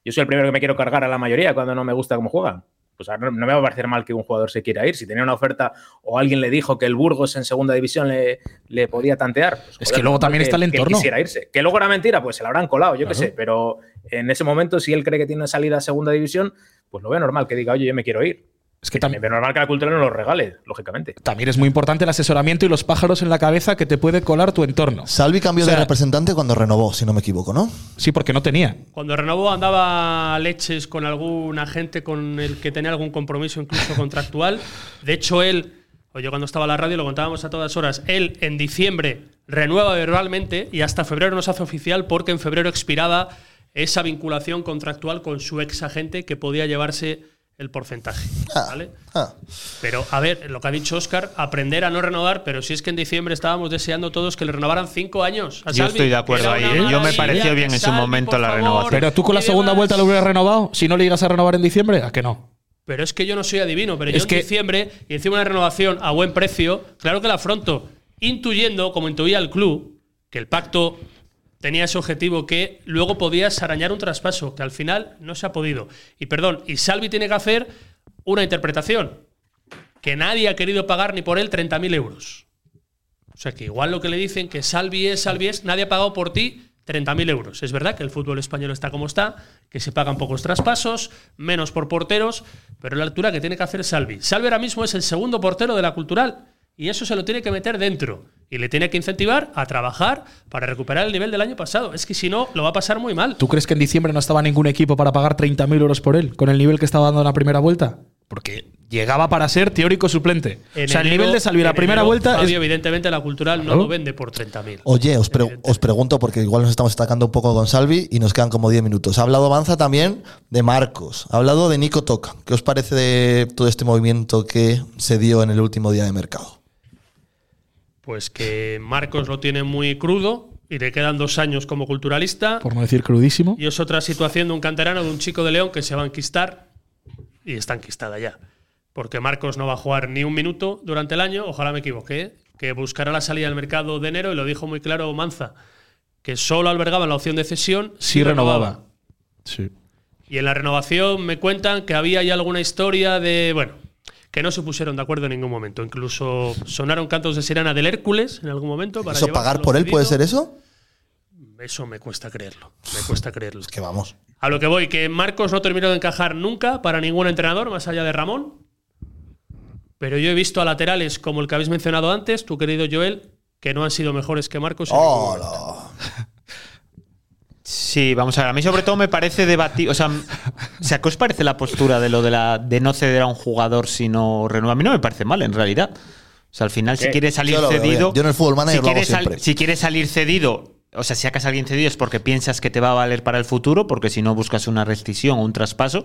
yo soy el primero que me quiero cargar a la mayoría cuando no me gusta cómo juegan. Pues ahora no no me va a parecer mal que un jugador se quiera ir. Si tenía una oferta o alguien le dijo que el Burgos en segunda división le, le podía tantear. pues, Es que luego también está el que entorno. quisiera irse. Que luego era mentira, pues se la habrán colado, yo qué sé. Pero en ese momento, si él cree que tiene una salida a segunda división, pues lo veo normal que diga, oye, yo me quiero ir. Es que También también, veo normal que la cultura no lo regale, lógicamente. también es muy importante el asesoramiento y los pájaros en la cabeza que te puede colar tu entorno. Salvi cambió O sea- de representante cuando renovó, si no me equivoco, ¿no? Sí, porque no tenía. Cuando renovó andaba a leches con algún agente con el que tenía algún compromiso incluso contractual. De hecho, él, o yo cuando estaba en la radio lo contábamos a todas horas, él en diciembre renueva verbalmente y hasta febrero nos hace oficial porque en febrero expiraba esa vinculación contractual con su ex agente que podía llevarse el porcentaje. Ah, ¿vale? ah. Pero, a ver, lo que ha dicho Oscar, aprender a no renovar, pero si es que en diciembre estábamos deseando todos que le renovaran cinco años. a Yo Salvi. estoy de Era acuerdo ahí, una ¿eh? Yo me maravilla, pareció bien en su Salvi, momento por la favor, renovación. Pero tú con la y segunda demás. vuelta lo hubieras renovado, si no le llegas a renovar en diciembre, ¿a que no? Pero es que yo no soy adivino, pero Es yo en que- diciembre y encima una renovación a buen precio, claro que la afronto, intuyendo, como intuía el club, que el pacto tenía ese objetivo que luego podías arañar un traspaso, que al final no se ha podido. Y perdón, y Salvi tiene que hacer una interpretación, que nadie ha querido pagar ni por él 30.000 euros. O sea que igual lo que le dicen que Salvi es, Salvi es, nadie ha pagado por ti 30.000 euros. Es verdad que el fútbol español está como está, que se pagan pocos traspasos, menos por porteros, pero la altura que tiene que hacer Salvi. Salvi ahora mismo es el segundo portero de la cultural y eso se lo tiene que meter dentro y le tiene que incentivar a trabajar para recuperar el nivel del año pasado. Es que si no, lo va a pasar muy mal. ¿Tú crees que en diciembre no estaba ningún equipo para pagar 30.000 euros por él, con el nivel que estaba dando en la primera vuelta? Porque llegaba para ser teórico suplente. En o sea, el enero- nivel de salir la en primera enero, vuelta Fabio, es. evidentemente la cultural no lo vende por 30.000. Oye, os, pre- os pregunto, porque igual nos estamos atacando un poco con Salvi y nos quedan como 10 minutos. Ha hablado Banza también de Marcos, ha hablado de Nico Toca. ¿Qué os parece de todo este movimiento que se dio en el último día de mercado? Pues que Marcos lo tiene muy crudo y le quedan dos años como culturalista. Por no decir crudísimo. Y es otra situación de un canterano, de un chico de León que se va a enquistar y está enquistada ya. Porque Marcos no va a jugar ni un minuto durante el año, ojalá me equivoque, ¿eh? que buscará la salida del mercado de enero y lo dijo muy claro Manza, que solo albergaban la opción de cesión Sí, si renovaban. renovaba. Sí. Y en la renovación me cuentan que había ya alguna historia de, bueno, que no se pusieron de acuerdo en ningún momento. Incluso sonaron cantos de sirena del Hércules en algún momento. Para ¿Eso pagar por él puede ¿eh? ser eso? eso? Eso me cuesta creerlo. Me cuesta creerlo. Es que vamos. A lo que voy, que Marcos no terminó de encajar nunca para ningún entrenador, más allá de Ramón. Pero yo he visto a laterales como el que habéis mencionado antes, tu querido Joel, que no han sido mejores que Marcos. en Oh, ningún momento. ¡Hola! Sí, vamos a ver. A mí sobre todo me parece debatir. O sea, m- o sea, ¿qué os parece la postura de lo de la de no ceder a un jugador si no renueva? A mí no me parece mal, en realidad. O sea, al final, si quieres salir Yo lo veo cedido. bien. Yo en el fútbol manager si lo hago quieres sal- siempre. si quieres salir cedido, o sea, si sacas a alguien cedido es porque piensas que te va a valer para el futuro, porque si no buscas una rescisión o un traspaso.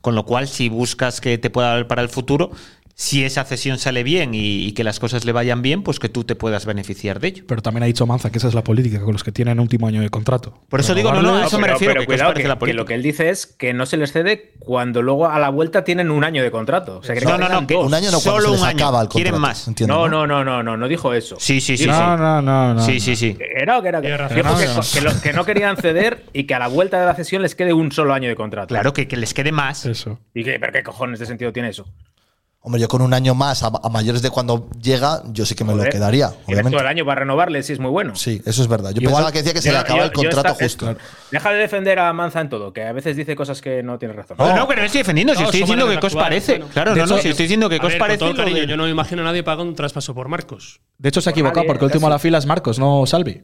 Con lo cual, si buscas que te pueda valer para el futuro, si esa cesión sale bien y, y que las cosas le vayan bien, pues que tú te puedas beneficiar de ello. Pero también ha dicho Manza que esa es la política con los que tienen último año de contrato. Por eso digo, no, no, a eso me pero- refiero. que, ¿qué pero os cuidado, parece que- la que lo política? que él dice es que no se les cede cuando luego a la vuelta tienen un año de contrato. O sea, quiere que No, no, tengan no, que- dos. Un año no, cuando Solo se les un año. acaba el Quieren contrato. más. Entiendo, no, no, no, no, no, no dijo eso. Sí, sí, sí. no, sí. no, no, Eh, no. Sí, sí, sí. Que no, que no, que- Tiene razón. dijo No, que- no. que lo- que no querían ceder y que a la vuelta de la cesión les quede un solo año de contrato. Claro, que, que les quede más. Eso. ¿Y qué, pero qué cojones de sentido tiene eso? Pues Hombre, yo con un año más a, a mayores de cuando llega, yo sí que me lo Joder, quedaría, Tienes todo el obviamente. año para renovarle si es muy bueno. Sí, eso es verdad. Yo Igual- pensaba que decía que se le Yo- acaba yo- el yo contrato esta- justo. es- Deja de defender a Manza en todo, que a veces dice cosas que no tiene razón. No, no, que no estoy defendiendo, si No, estoy su diciendo manera que de os actuar, parece. bueno. Claro, De no, hecho, no, si estoy diciendo que A os ver, parece. con todo el lo cariño, de- yo no me imagino a nadie pagando un traspaso por Marcos. De hecho, se ha equivocado nadie, porque el último de la fila es Marcos, no Salvi.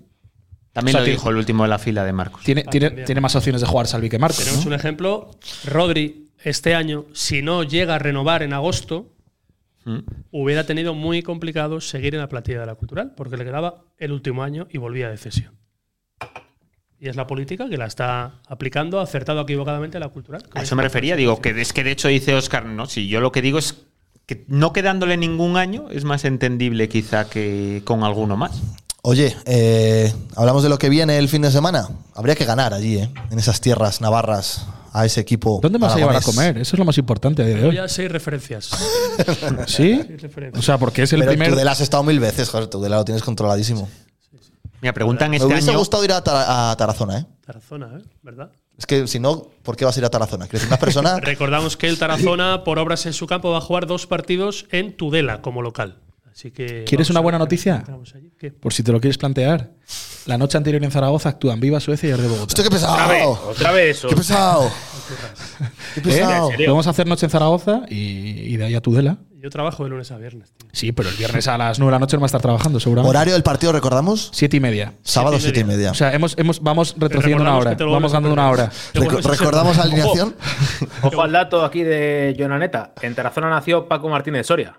También o sea, lo tiene- dijo el último de la fila de Marcos. Tiene, tiene, también. tiene más opciones de jugar Salvi que Marcos. Tenemos ¿no? un ejemplo. Rodri, este año, si no llega a renovar en agosto, Mm. hubiera tenido muy complicado seguir en la plantilla de la cultural, porque le quedaba el último año y volvía de cesión. Y es la política que la está aplicando, acertado o equivocadamente, la cultural. A eso me refería, digo, que es que de hecho dice Oscar, no, si yo lo que digo es que no quedándole ningún año es más entendible quizá que con alguno más. Oye, eh, hablamos de lo que viene el fin de semana. Habría que ganar allí, ¿eh? en esas tierras navarras, a ese equipo. ¿Dónde me vas a llevar a aragonés. comer? Eso es lo más importante a día de Voy hoy. a seis referencias. ¿Sí? Seis O referencias. sea, porque es el Pero primer. tú de has estado mil veces, joder, tú de lo tienes controladísimo. Mira, preguntan me este hubiese año. gustado ir a, Tara- a Tarazona, ¿eh? Tarazona, ¿eh? ¿verdad? Es que si no, ¿por qué vas a ir a Tarazona? Quiero decir, una (laughs) persona. Recordamos que el Tarazona, por obras en su campo, va a jugar dos partidos en Tudela como local. Así que ¿Quieres vamos una a ver buena qué noticia? encontramos allí. ¿Qué? Por si te lo quieres plantear. La noche anterior en Zaragoza actúan Viva Suecia y Ar de Bogotá. Hostia, qué pesado. Otra vez, otra vez eso. Oh. Qué pesado. qué pesado. serio? Vamos a hacer noche en Zaragoza y, y de ahí a Tudela. Yo trabajo de lunes a viernes, tío. Sí, pero el viernes a las 9 de la noche no va a estar trabajando, seguramente. Horario del partido, ¿recordamos? Siete y media. Sábado, Siete siete y y media. O sea, hemos, hemos, vamos retrocediendo una Recordamos hora. que te lo vuelves Vamos a ganando una perder. hora. Te Reco- vuelves a ¿Recordamos la hacer- alineación? Ojo al dato aquí de Jonaneta. En Tarazona nació Paco Martínez Soria.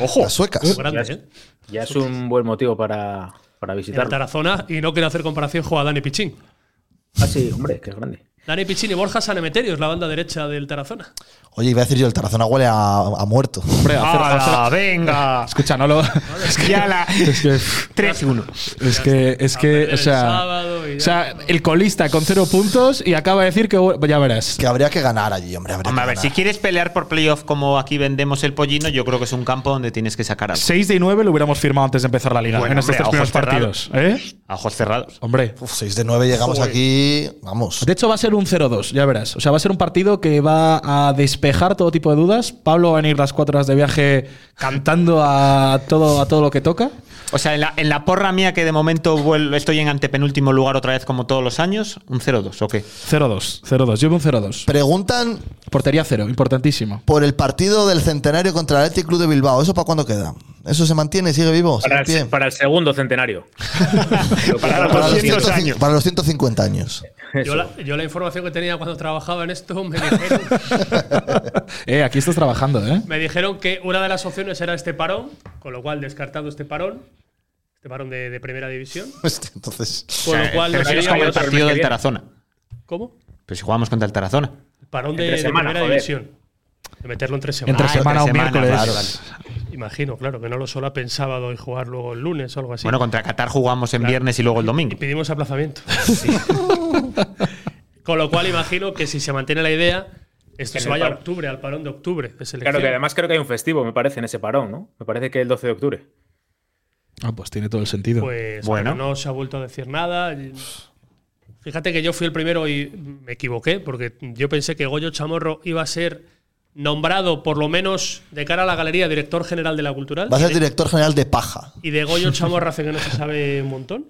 Ojo. Las suecas. Ojo, grande, ¿eh? Ya es un buen motivo para, para En visitarlo. Tarazona, y no quiero hacer comparación, juega Dani Pichín. Ah, sí, hombre, que es grande. Dani Pichín y Borja Sanemeterio es la banda derecha del Tarazona. Oye, iba a decir yo, el Tarazona huele a, a muerto. Hombre, hacer- hacer- ¡Hala, (laughs) venga! Escucha, no lo. Es que ya la. Es que, 3-1. es que, es A que perder o, el sea, sábado y o ya. sea, el colista con cero puntos y acaba de decir que ya verás. Que habría que ganar allí, hombre. Habría que Hombre, a ver, si ganar. quieres pelear por playoff como aquí vendemos el pollino, yo creo que es un campo donde tienes que sacar algo. 6 de 9 lo hubiéramos firmado antes de empezar la liga Bueno, en estos tres hombre, primeros a ojos partidos. ¿eh? A ojos cerrados. Hombre. Uf, 6 de 9 llegamos aquí. Vamos. De hecho, va a ser un 0-2, ya verás. O sea, va a ser un partido que va a despejar todo tipo de dudas. Pablo va a venir las cuatro horas de viaje cantando a todo, a todo lo que toca. O sea, en la, en la porra mía que de momento vuelvo- estoy en antepenúltimo lugar otra vez como todos los años, un 0-2, ¿o qué? 0-2, 0-2. Llevo un 0-2. Preguntan Portería cero, importantísimo. por el partido del centenario contra el Athletic Club de Bilbao. ¿Eso para cuándo queda? ¿Eso se mantiene? ¿Sigue vivo? ¿Sigue Para en pie? el, para el segundo centenario. Para Para los 200 150 para los 150 años. (laughs) Yo la, yo la información que tenía cuando trabajaba en esto me dijeron, Eh, aquí estás trabajando, ¿eh? me dijeron que una de las opciones era este parón, con lo cual descartado este parón, este parón de, de primera división. Hostia, Entonces, Con lo cual pero no si es sería como el otro- partido del viene. Tarazona. ¿Cómo? Pero si jugamos contra el Tarazona. El parón de, Entre de semana, primera joder. división. De meterlo entre semanas. Entre Ah, semana o entre semana, miércoles. vale, vale. Imagino, claro, que no lo solo en sábado y jugar luego el lunes o algo así. Bueno, contra Qatar jugamos en viernes y luego el Y domingo. pedimos aplazamiento. (laughs) Con lo cual imagino que si se mantiene la idea, esto En se el vaya a paro. octubre, al parón de octubre de selección. Claro que además creo que hay un festivo, me parece, en ese parón, ¿no? Me parece que el 12 de octubre. Ah, pues tiene todo el sentido. Pues Bueno. bueno. no se ha vuelto a decir nada. Fíjate que yo fui el primero y me equivoqué, porque yo pensé que Goyo Chamorro iba a ser nombrado, por lo menos de cara a la galería, director general de la cultural. va a ser director general de paja. Y de Goyo Chamorro hace que no se sabe un montón.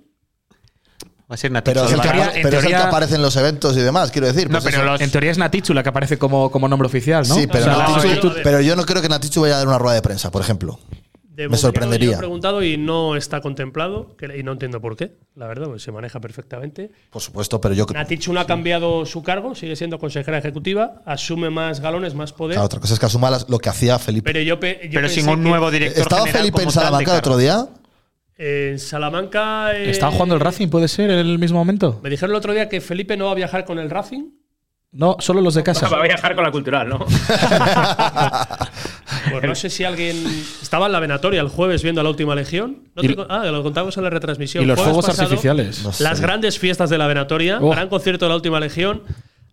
Va a ser Nacho Pero, es el, que, Alvarado. teoría- apa- en pero es el que teoría- aparece en los eventos y demás, quiero decir. No, pues pero eso. los- en teoría es Natichu la que aparece como, como nombre oficial, ¿no? Sí, pero, O sea, no, Natichu- no, no, no. pero yo no creo que Natichu vaya a dar una rueda de prensa, por ejemplo. De Me Montiel sorprendería. Yo he preguntado y no está contemplado, que- y no entiendo por qué, la verdad, porque se maneja perfectamente. Por supuesto, pero yo Natich no ha cambiado su cargo, sigue siendo consejera ejecutiva, asume más galones, más poder. Claro, otra cosa es que asuma las- lo que hacía Felipe. Pero yo, pe- yo pero pensé sin un que, nuevo director ¿Estaba general Felipe en como tal de Salamanca el otro cargo. día? eh, en Salamanca. eh, ¿Estaba jugando el Racing? ¿Puede ser en el mismo momento? Me dijeron el otro día que Felipe no va a viajar con el Racing. No, solo los de casa. Va a viajar con la cultural, ¿no? Pues (laughs) no sé si alguien estaba en la venatoria el jueves viendo la última legión. No te Y- con- ah, lo contamos en la retransmisión. Y los Jueves fuegos pasado, artificiales. No sé. Las grandes fiestas de la venatoria, Oh. gran concierto de la última legión.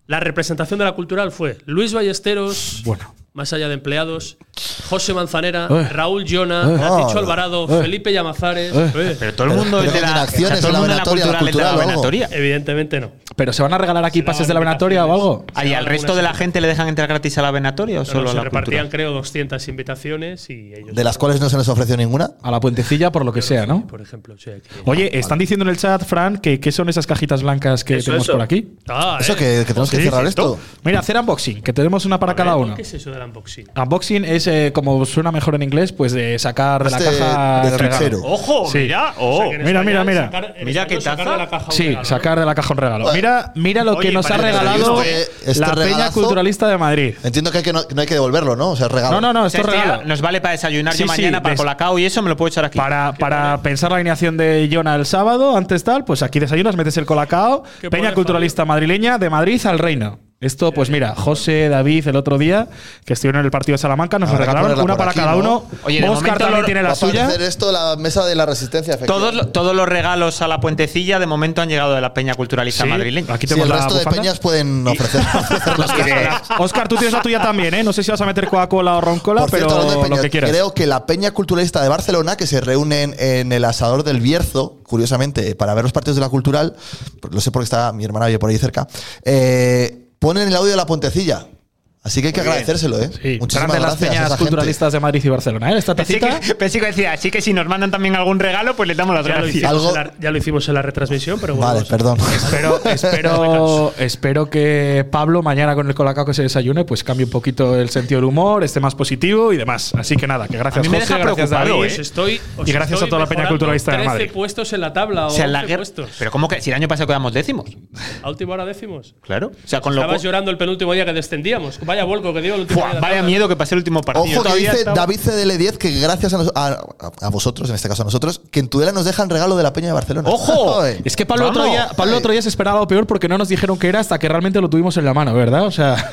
La representación de la cultural fue Luis Ballesteros, Bueno. más allá de empleados, José Manzanera, Eh. Raúl Llona, Eh. Naticho Ah. Alvarado, Eh. Felipe Llamazares. Eh. Eh. Pero todo el Pero- mundo pero es de con la, acciones o sea, todo en el la mundo de la venatoria, cultural la es de la cultural o algo. venatoria. Evidentemente no. ¿Pero se van a regalar aquí Se daban pases de la venatoria o algo? invitaciones. Ah, ¿Y al resto de la gente le dejan entrar gratis a la venatoria o No, no, solo a se la repartían, cultural? creo, 200 invitaciones y ellos. De las cuales no se les ofreció ninguna. A la puentecilla, por lo que sea, ¿no? Por ejemplo, o sea, que- Oye, están diciendo en el chat, Fran, que qué son esas cajitas blancas que Eso, tenemos eso. por aquí. Ah, Eso eh. que, que tenemos que ¿Qué cerrar es esto. Mira, hacer unboxing, que tenemos una para A cada ver, uno. ¿Qué es eso del unboxing? Unboxing es, eh, como suena mejor en inglés, pues de sacar de la Este caja de el regalo. fichero. ¡Ojo! Sí. Mira, oh. O sea, que en mira, mira, español mira. sacar- en Mira español qué sacar taza. de la caja un Sí, regalo, ¿no? sacar de la caja un regalo. Mira, mira lo Oye, que nos ha parece que regalado este- este la Peña regalazo- Culturalista de Madrid. Entiendo que, hay que no, no hay que devolverlo, ¿no? O sea, es regalo. No, no, no, O sea, esto es este ya regalo. nos vale para desayunar Sí, yo sí, mañana, para des- colacao y eso me lo puedo echar aquí. Para, para pensar la alineación de Jonah el sábado, antes tal, pues aquí desayunas, metes el colacao, Qué Peña pobre Culturalista madrileña, de Madrid al reino. Esto, pues mira, José, David, el otro día, que estuvieron en el partido de Salamanca, nos lo Habrá que regalaron ponerla una por para aquí, cada ¿no? uno. Oye, de Oscar momento también lo- tiene Va la a suya. parecer esto la mesa de la resistencia, Todos, efectivamente. lo- todos los regalos a la puentecilla de momento han llegado de la Peña Culturalista Sí, Madrileña. Aquí Sí, tenemos el la resto de bufanda. peñas pueden (laughs) ofrecer. ofrecer las cosas. Oscar, tú tienes la tuya también, ¿eh? No sé si vas a meter Coca-Cola o Roncola, Por pero cierto, hablando de lo peñas, que quieras. creo que la Peña Culturalista de Barcelona, que se reúnen en el asador del Bierzo, curiosamente, eh, para ver los partidos de la cultural, lo sé porque está mi hermana vive por ahí cerca, eh, ponen el audio de la Pontecilla. Así que hay que agradecérselo, ¿eh? Sí, Muchísimas grandes las gracias a peñas esa gente. culturalistas de Madrid y Barcelona, ¿eh? Esta Pensé tacita. que, (laughs) pensé que decía, así que si nos mandan también algún regalo, pues les damos las Ya lo, gracias. hicimos Algo- en la, ya lo hicimos en la retransmisión, pero bueno. Vale, perdón. (laughs) Espero, espero, espero que Pablo mañana con el colacao que se desayune, pues cambie un poquito el sentido del humor, esté más positivo y demás. Así que nada, que gracias A mí me José, deja gracias preocupado, David. ¿eh? Estoy, os Y gracias estoy a toda la peña mejorando culturalista de 13 Madrid. puestos en la tabla o, O sea, en la 11 guerra. puestos. Pero ¿cómo que si el año pasado quedamos décimos? A última hora décimos. Claro. O sea, con lo Estabas cual. llorando el penúltimo día que descendíamos. Vaya vuelco que dio el último día. Buah, de la Vaya tabla. miedo que pasé el último partido. Ojo que Todavía dice estaba- David CDL10 que gracias a, nos- a- a vosotros, en este caso a nosotros, que en Tudela nos dejan regalo de la Peña de Barcelona. (laughs) ¡Ojo! Ay. Es que Pablo, otro Vamos. día, Pablo otro día se esperaba lo peor porque no nos dijeron que era hasta que realmente lo tuvimos en la mano, ¿verdad? O sea,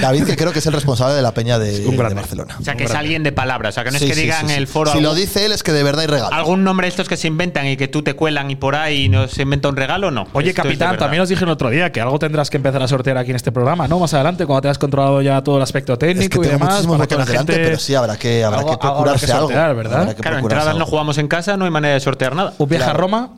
David, que creo que es el responsable de la Peña de, un grande. de Barcelona. O sea, que es alguien de palabra. O sea, que no Sí, es que sí, digan sí, sí. el foro. Si lo algún- dice él, es que de verdad hay regalo. algún nombre de estos que se inventan y que tú te cuelan y por ahí no se inventa un regalo, no. oye, Esto es de capitán, verdad. también nos dijeron otro día que algo tendrás que empezar a sortear aquí en este programa, ¿no? Más adelante, cuando te has controlado ya todo el aspecto técnico Es que y tengo demás. muchísimos para que la botones delante, gente- pero sí habrá que, habrá algo- que algo habrá procurarse que algo. sortear, ¿verdad? Habrá que Claro, procurarse entradas no algo. jugamos en casa, no hay manera de sortear nada. Un viaje Claro. a Roma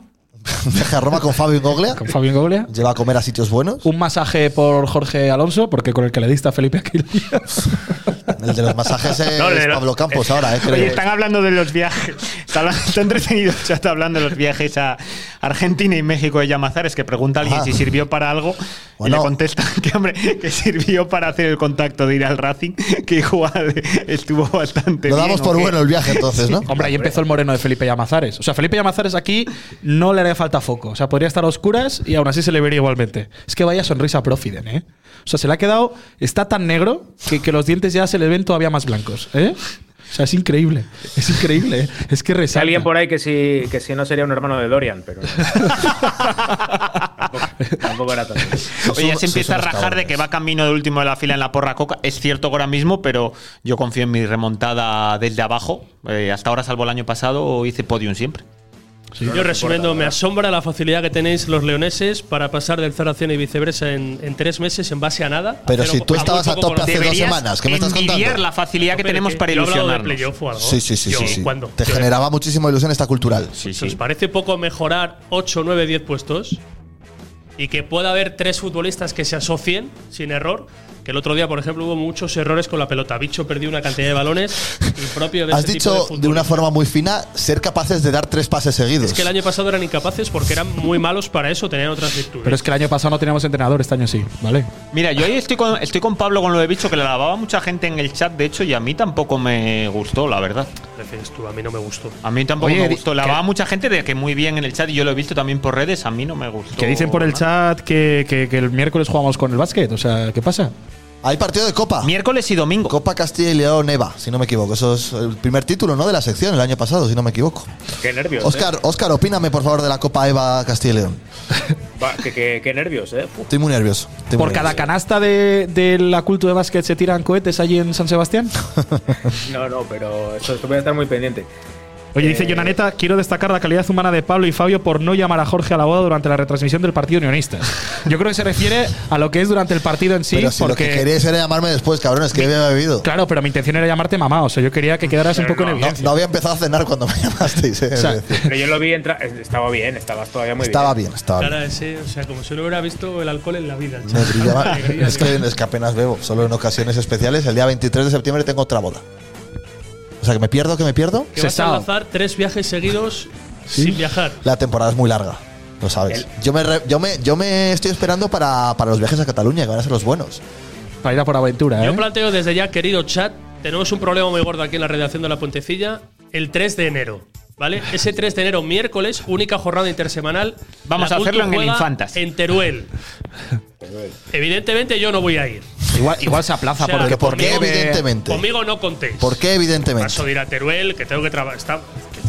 Viaje a Roma con Fabio (laughs) Goglia. con Fabio Goblia. Lleva a comer a sitios Uh. buenos. Un masaje por Jorge Alonso, porque con el que le diste a Felipe aquel día. (laughs) El de los masajes es (laughs) No, le- Pablo Campos ahora, ¿eh? Creo. Oye, están hablando de los viajes. Está, está entretenido el chat hablando de los viajes a Argentina y México de Llamazares, que pregunta a alguien Ah. si sirvió para algo. Y Bueno. le contestan (laughs) que, hombre, que sirvió para hacer el contacto de ir al Racing, que igual estuvo bastante Lo bien, damos ¿o por qué? bueno el viaje entonces, ¿no? Hombre, ahí empezó el moreno de Felipe Llamazares. O sea, Felipe Llamazares aquí no le haría falta foco. O sea, podría estar a oscuras y aún así se le vería igualmente. Es que vaya sonrisa Profiden, ¿eh? O sea, se le ha quedado. Está tan negro que, que los dientes ya se le ven todavía más blancos, ¿eh? O sea, es increíble. Es increíble. ¿eh? Es que Hay resalta. alguien por ahí que si, que si no sería un hermano de Dorian, pero. tampoco, tampoco era tanto. Oye, ya se Sois empieza a unos rajar de cabrones. que va camino de último de la fila en la porra coca. Es cierto que ahora mismo, pero yo confío en mi remontada desde abajo. Eh, hasta ahora, salvo el año pasado, hice podium siempre. Yo resumiendo, me asombra la facilidad que tenéis los leoneses para pasar del 0 a 100 y viceversa en, en tres meses en base a nada. Pero Hacer si un- tú muy estabas a poco tope hace conocido. dos Deberías semanas, ¿qué me estás envidiar contando? la facilidad que Hombre, tenemos para yo he hablado de ilusionarnos. playoff o algo. Sí, sí, sí. Yo, sí, sí. ¿Cuándo? Te Yo- generaba muchísima ilusión esta cultural. Sí, Pues, ¿Os sí. parece poco mejorar 8, 9, 10 puestos? Y que pueda haber tres futbolistas que se asocien sin error Que el otro día, por ejemplo, hubo muchos errores con la pelota. Bicho perdió una cantidad de balones impropio de Has este dicho tipo de, de, una fútbol. forma muy fina ser capaces de dar tres pases seguidos. Es que el año pasado eran incapaces porque eran muy malos para eso, tenían otras virtudes. Pero es que el año pasado no teníamos entrenador, este año sí, ¿vale? Mira, yo ahí estoy con, estoy con Pablo con lo de bicho, que le lavaba mucha gente en el chat, de hecho, y a mí tampoco me gustó, la verdad. Dices tú, a mí no me gustó. A mí tampoco Oye, me di- gustó. Lavaba mucha gente de que muy bien en el chat, y yo lo he visto también por redes, a mí no me gustó. Que dicen por el nada. chat que, que- que el miércoles jugamos con el básquet. O sea, ¿qué pasa? Hay partido de Copa. Miércoles y domingo. Copa Castilla y León Eva, si no me equivoco. Eso es el primer título, ¿no? De la sección el año pasado, si no me equivoco. Qué nervios. Oscar, Oscar, opíname por favor de la Copa Eva Castilla y León. eh. Va, qué, qué- qué nervios, ¿eh? Uf. Estoy muy nervioso. estoy muy ¿Por cada nervioso. canasta de, Eh, de la culto de básquet se tiran cohetes allí en (laughs) San Sebastián? No, no, pero esto, esto voy a estar muy pendiente. Eh, Oye, dice Jonaneta, quiero destacar la calidad humana de Pablo y Fabio por no llamar a Jorge a la boda durante la retransmisión del (laughs) partido unionista. Yo creo que se refiere a lo que es durante el partido en sí, Pero si porque… lo que queríais era llamarme después, cabrones, que había bebido. Claro, pero mi intención era llamarte mamá, o sea, yo quería que quedaras un poco en No, evidencia. no había empezado a cenar cuando me (laughs) llamasteis. eh, es sea, decir, Pero yo lo vi entrar. Estaba bien, estabas todavía muy estaba bien. bien, estaba bien. Cara ese, o sea, como si no hubiera visto el alcohol en la vida. el Me chaval. brillaba. Alegría, es, que, es que apenas bebo, solo en ocasiones especiales. El día 23 de septiembre tengo otra boda. O sea, que me pierdo, que me pierdo. Que vas a Cesao. lanzar tres viajes seguidos sin viajar. La temporada es muy larga, lo sabes. Yo me, re- yo me, yo me estoy esperando para, para los viajes a Cataluña, que van a ser los buenos. Para ir a por aventura, Yo ¿eh? planteo desde ya, querido chat, tenemos un problema muy gordo aquí en la redacción de La Puentecilla, el 3 de enero. ¿Vale? Ese 3 de enero, miércoles, única jornada intersemanal. Vamos La a hacerlo Cultu en el juega Infantas. En Teruel. Evidentemente yo no voy a ir. Igual, igual se aplaza O sea, porque Porque ¿por qué, conmigo- evidentemente? Conmigo no contéis. ¿Por qué, Paso evidentemente? de ir a Teruel, que tengo que trabajar. Está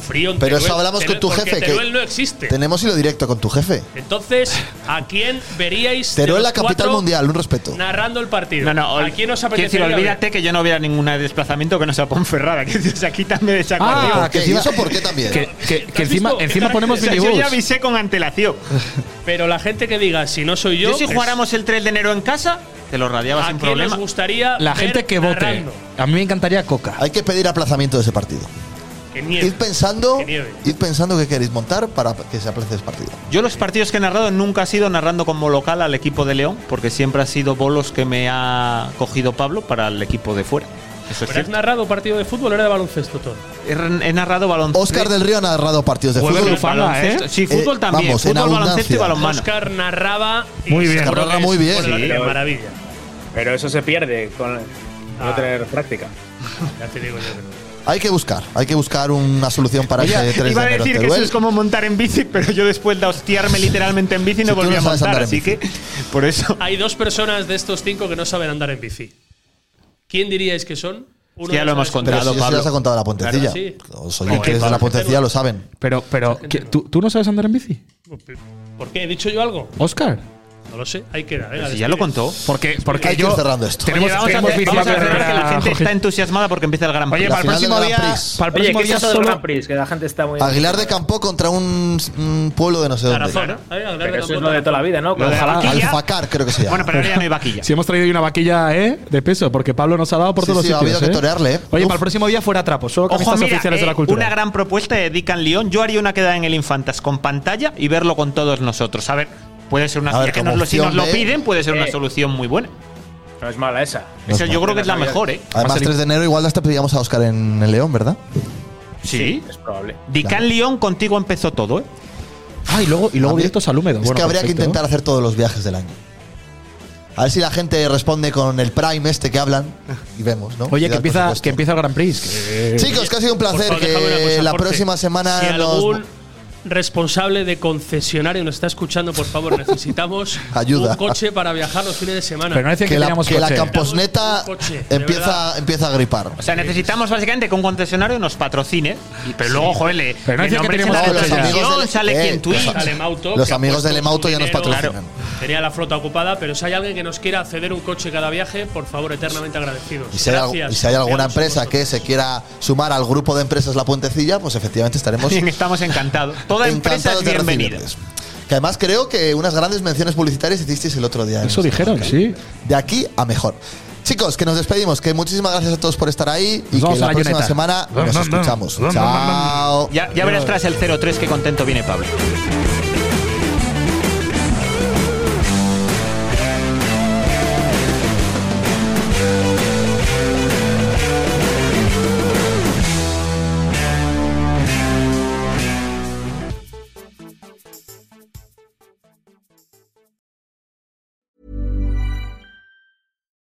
frío en Pero Teruel. eso hablamos con Teruel- tu porque jefe. Teruel que no existe. Tenemos hilo directo con tu jefe. Entonces, ¿a quién veríais de Teruel, los la capital cuatro mundial, un respeto. narrando el partido? No, no, ¿A ol- quién os quiero decir, apetecería ver? olvídate que yo no hubiera ningún desplazamiento que no sea Ponferrada. (laughs) Que o sea, quítame de esa Ah, cuadrilla. ¿Por qué? que ¿Y encima- eso por qué también? Que, que- que ¿Has encima, visto? (laughs) encima O ponemos sea, yo minibús. ya avisé con antelación. Pero la gente que diga, si no soy yo, Yo, si es- jugáramos el 3 de enero en casa, te lo ¿a radiaba quién sin problema. os gustaría La gente ver que vote. narrando? A mí me encantaría Coca. Hay que pedir aplazamiento de ese partido. Que nieve. Id pensando, Que nieve. id pensando que queréis montar para que se aplace ese partido. Yo los partidos que he narrado nunca ha sido narrando como local al equipo de León, porque siempre ha sido bolos que me ha cogido Pablo para el equipo de fuera. Eso es ¿Pero has cierto. narrado partido de fútbol o era de baloncesto todo? He, he narrado baloncesto. Oscar del Río ha narrado partidos de Jueves fútbol. de Fala, Baloncesto. ¿eh? Sí, fútbol Eh, también. vamos, en fútbol, baloncesto y abundancia. balonmano. Oscar narraba. y Muy bien. seguro Narra que muy es bien. por la Sí, de pero- maravilla. Pero eso se pierde con Ah. no tener práctica. Ya te digo yo que no. Hay que buscar, hay que buscar una solución para Oye, ese 3 iba a Eh, de enero decir en que eso Teruel. es como montar en bici, pero yo después de hostiarme literalmente en bici no Si tú volví no a sabes montar, andar en así bici. que por eso. Hay dos personas de estos cinco que no saben andar en bici. ¿Quién diríais que son? Uno Ya no sabe lo hemos si- contado. Pero si eso Claro, ya Pablo. se ha contado la puentecilla. Claro, sí. Los Joder, oyentes de la Pablo. puentecilla lo saben. Pero, pero ¿qué- ¿tú, tú no sabes andar en bici? ¿Por qué? ¿He dicho yo algo? Oscar. No lo sé. Ahí queda. Venga, Si ya lo despide. contó. Porque, porque Hay que yo. ir cerrando esto. Tenemos, Oye, vamos a tenemos hacer- bici vamos a para cerrar que la gente Jorge. está entusiasmada porque empieza el gran Oye, Premio. para el final del próximo Grand día. Prix. Para Oye, el próximo ¿qué es día eso del solo. Grand Prix? Que la gente está muy. Aguilar de Campo contra un, un pueblo de no sé dónde. Tarazona. Ahí, Aguilar Pero de eso es Campo, lo de toda la vida, ¿no? Lo de la Ojalá. vaquilla. Alfacar, creo que se llama. Bueno, pero ahora ya no hay vaquilla. Si hemos traído hoy una vaquilla ¿eh? de peso, porque Pablo nos ha dado por Sí, todos sí, ha los sitios. habido que ¿eh? torearle, ¿eh? Oye, Uf. para el próximo día fuera trapo, solo Ojo, camistas mira, oficiales de eh, la cultura. una gran propuesta de Dican León. Yo haría una quedada en el Infantas con pantalla y verlo con todos nosotros. A ver, puede ser A una ver, ya que como nos lo, si nos opción lo de- piden, puede ser una Eh. solución muy buena. No es mala esa. No es Esa yo mala. creo que es la mejor, ¿eh? Además, 3 de enero igual hasta pedíamos a Oscar en el León, ¿verdad? Sí. Es probable. Dican Claro. León contigo empezó todo, ¿eh? Ah, y luego, y luego Habría- directos al húmedo. Es que habría que intentar hacer todos los viajes del año. A ver si la gente responde con el Prime este que hablan y vemos, ¿no? Y Oye, que da el empieza, presupuesto. que empieza el Grand Prix. que- Chicos, que ha sido un Por placer favor, déjame una que cosa, la Jorge. próxima semana si nos… algún responsable de concesionario nos está escuchando, (laughs) por favor, necesitamos Ayuda. un coche para viajar los fines de semana. Pero no decían que, que la, teníamos que la coche. camposneta Un coche, de empieza, verdad. empieza a gripar. O sea, necesitamos básicamente que un concesionario nos patrocine. Y- Pero luego, joder, le- Pero no le decía que nombres teníamos en la coche ya. televisión, Los amigos del- sale eh, quien los tuit. am- (laughs) Sale Mauto, Los que ha amigos puesto del Emauto su ya nos dinero. patrocinan. Tenía la flota ocupada, pero si hay alguien que nos quiera ceder un coche cada viaje, por favor, eternamente agradecidos. Y si, hay, al- Gracias. y si hay alguna Confiamos en empresa que vosotros. se quiera sumar al grupo de empresas La Puentecilla, pues efectivamente (laughs) estaremos Bien, Estamos encantados. Toda empresa es encantados de bienvenida. recibirles. Que además creo que unas grandes menciones publicitarias hicisteis el otro día. en Eso nuestra dijeron, marca. sí. De aquí a mejor. Chicos, que nos despedimos, que muchísimas gracias a todos por estar ahí y Nos vamos que a la la próxima Juneta. semana Dun, nos dun, dun. escuchamos. Dun, dun, dun, dun. Chao. Ya, ya verás tras el 0-3 que contento viene Pablo.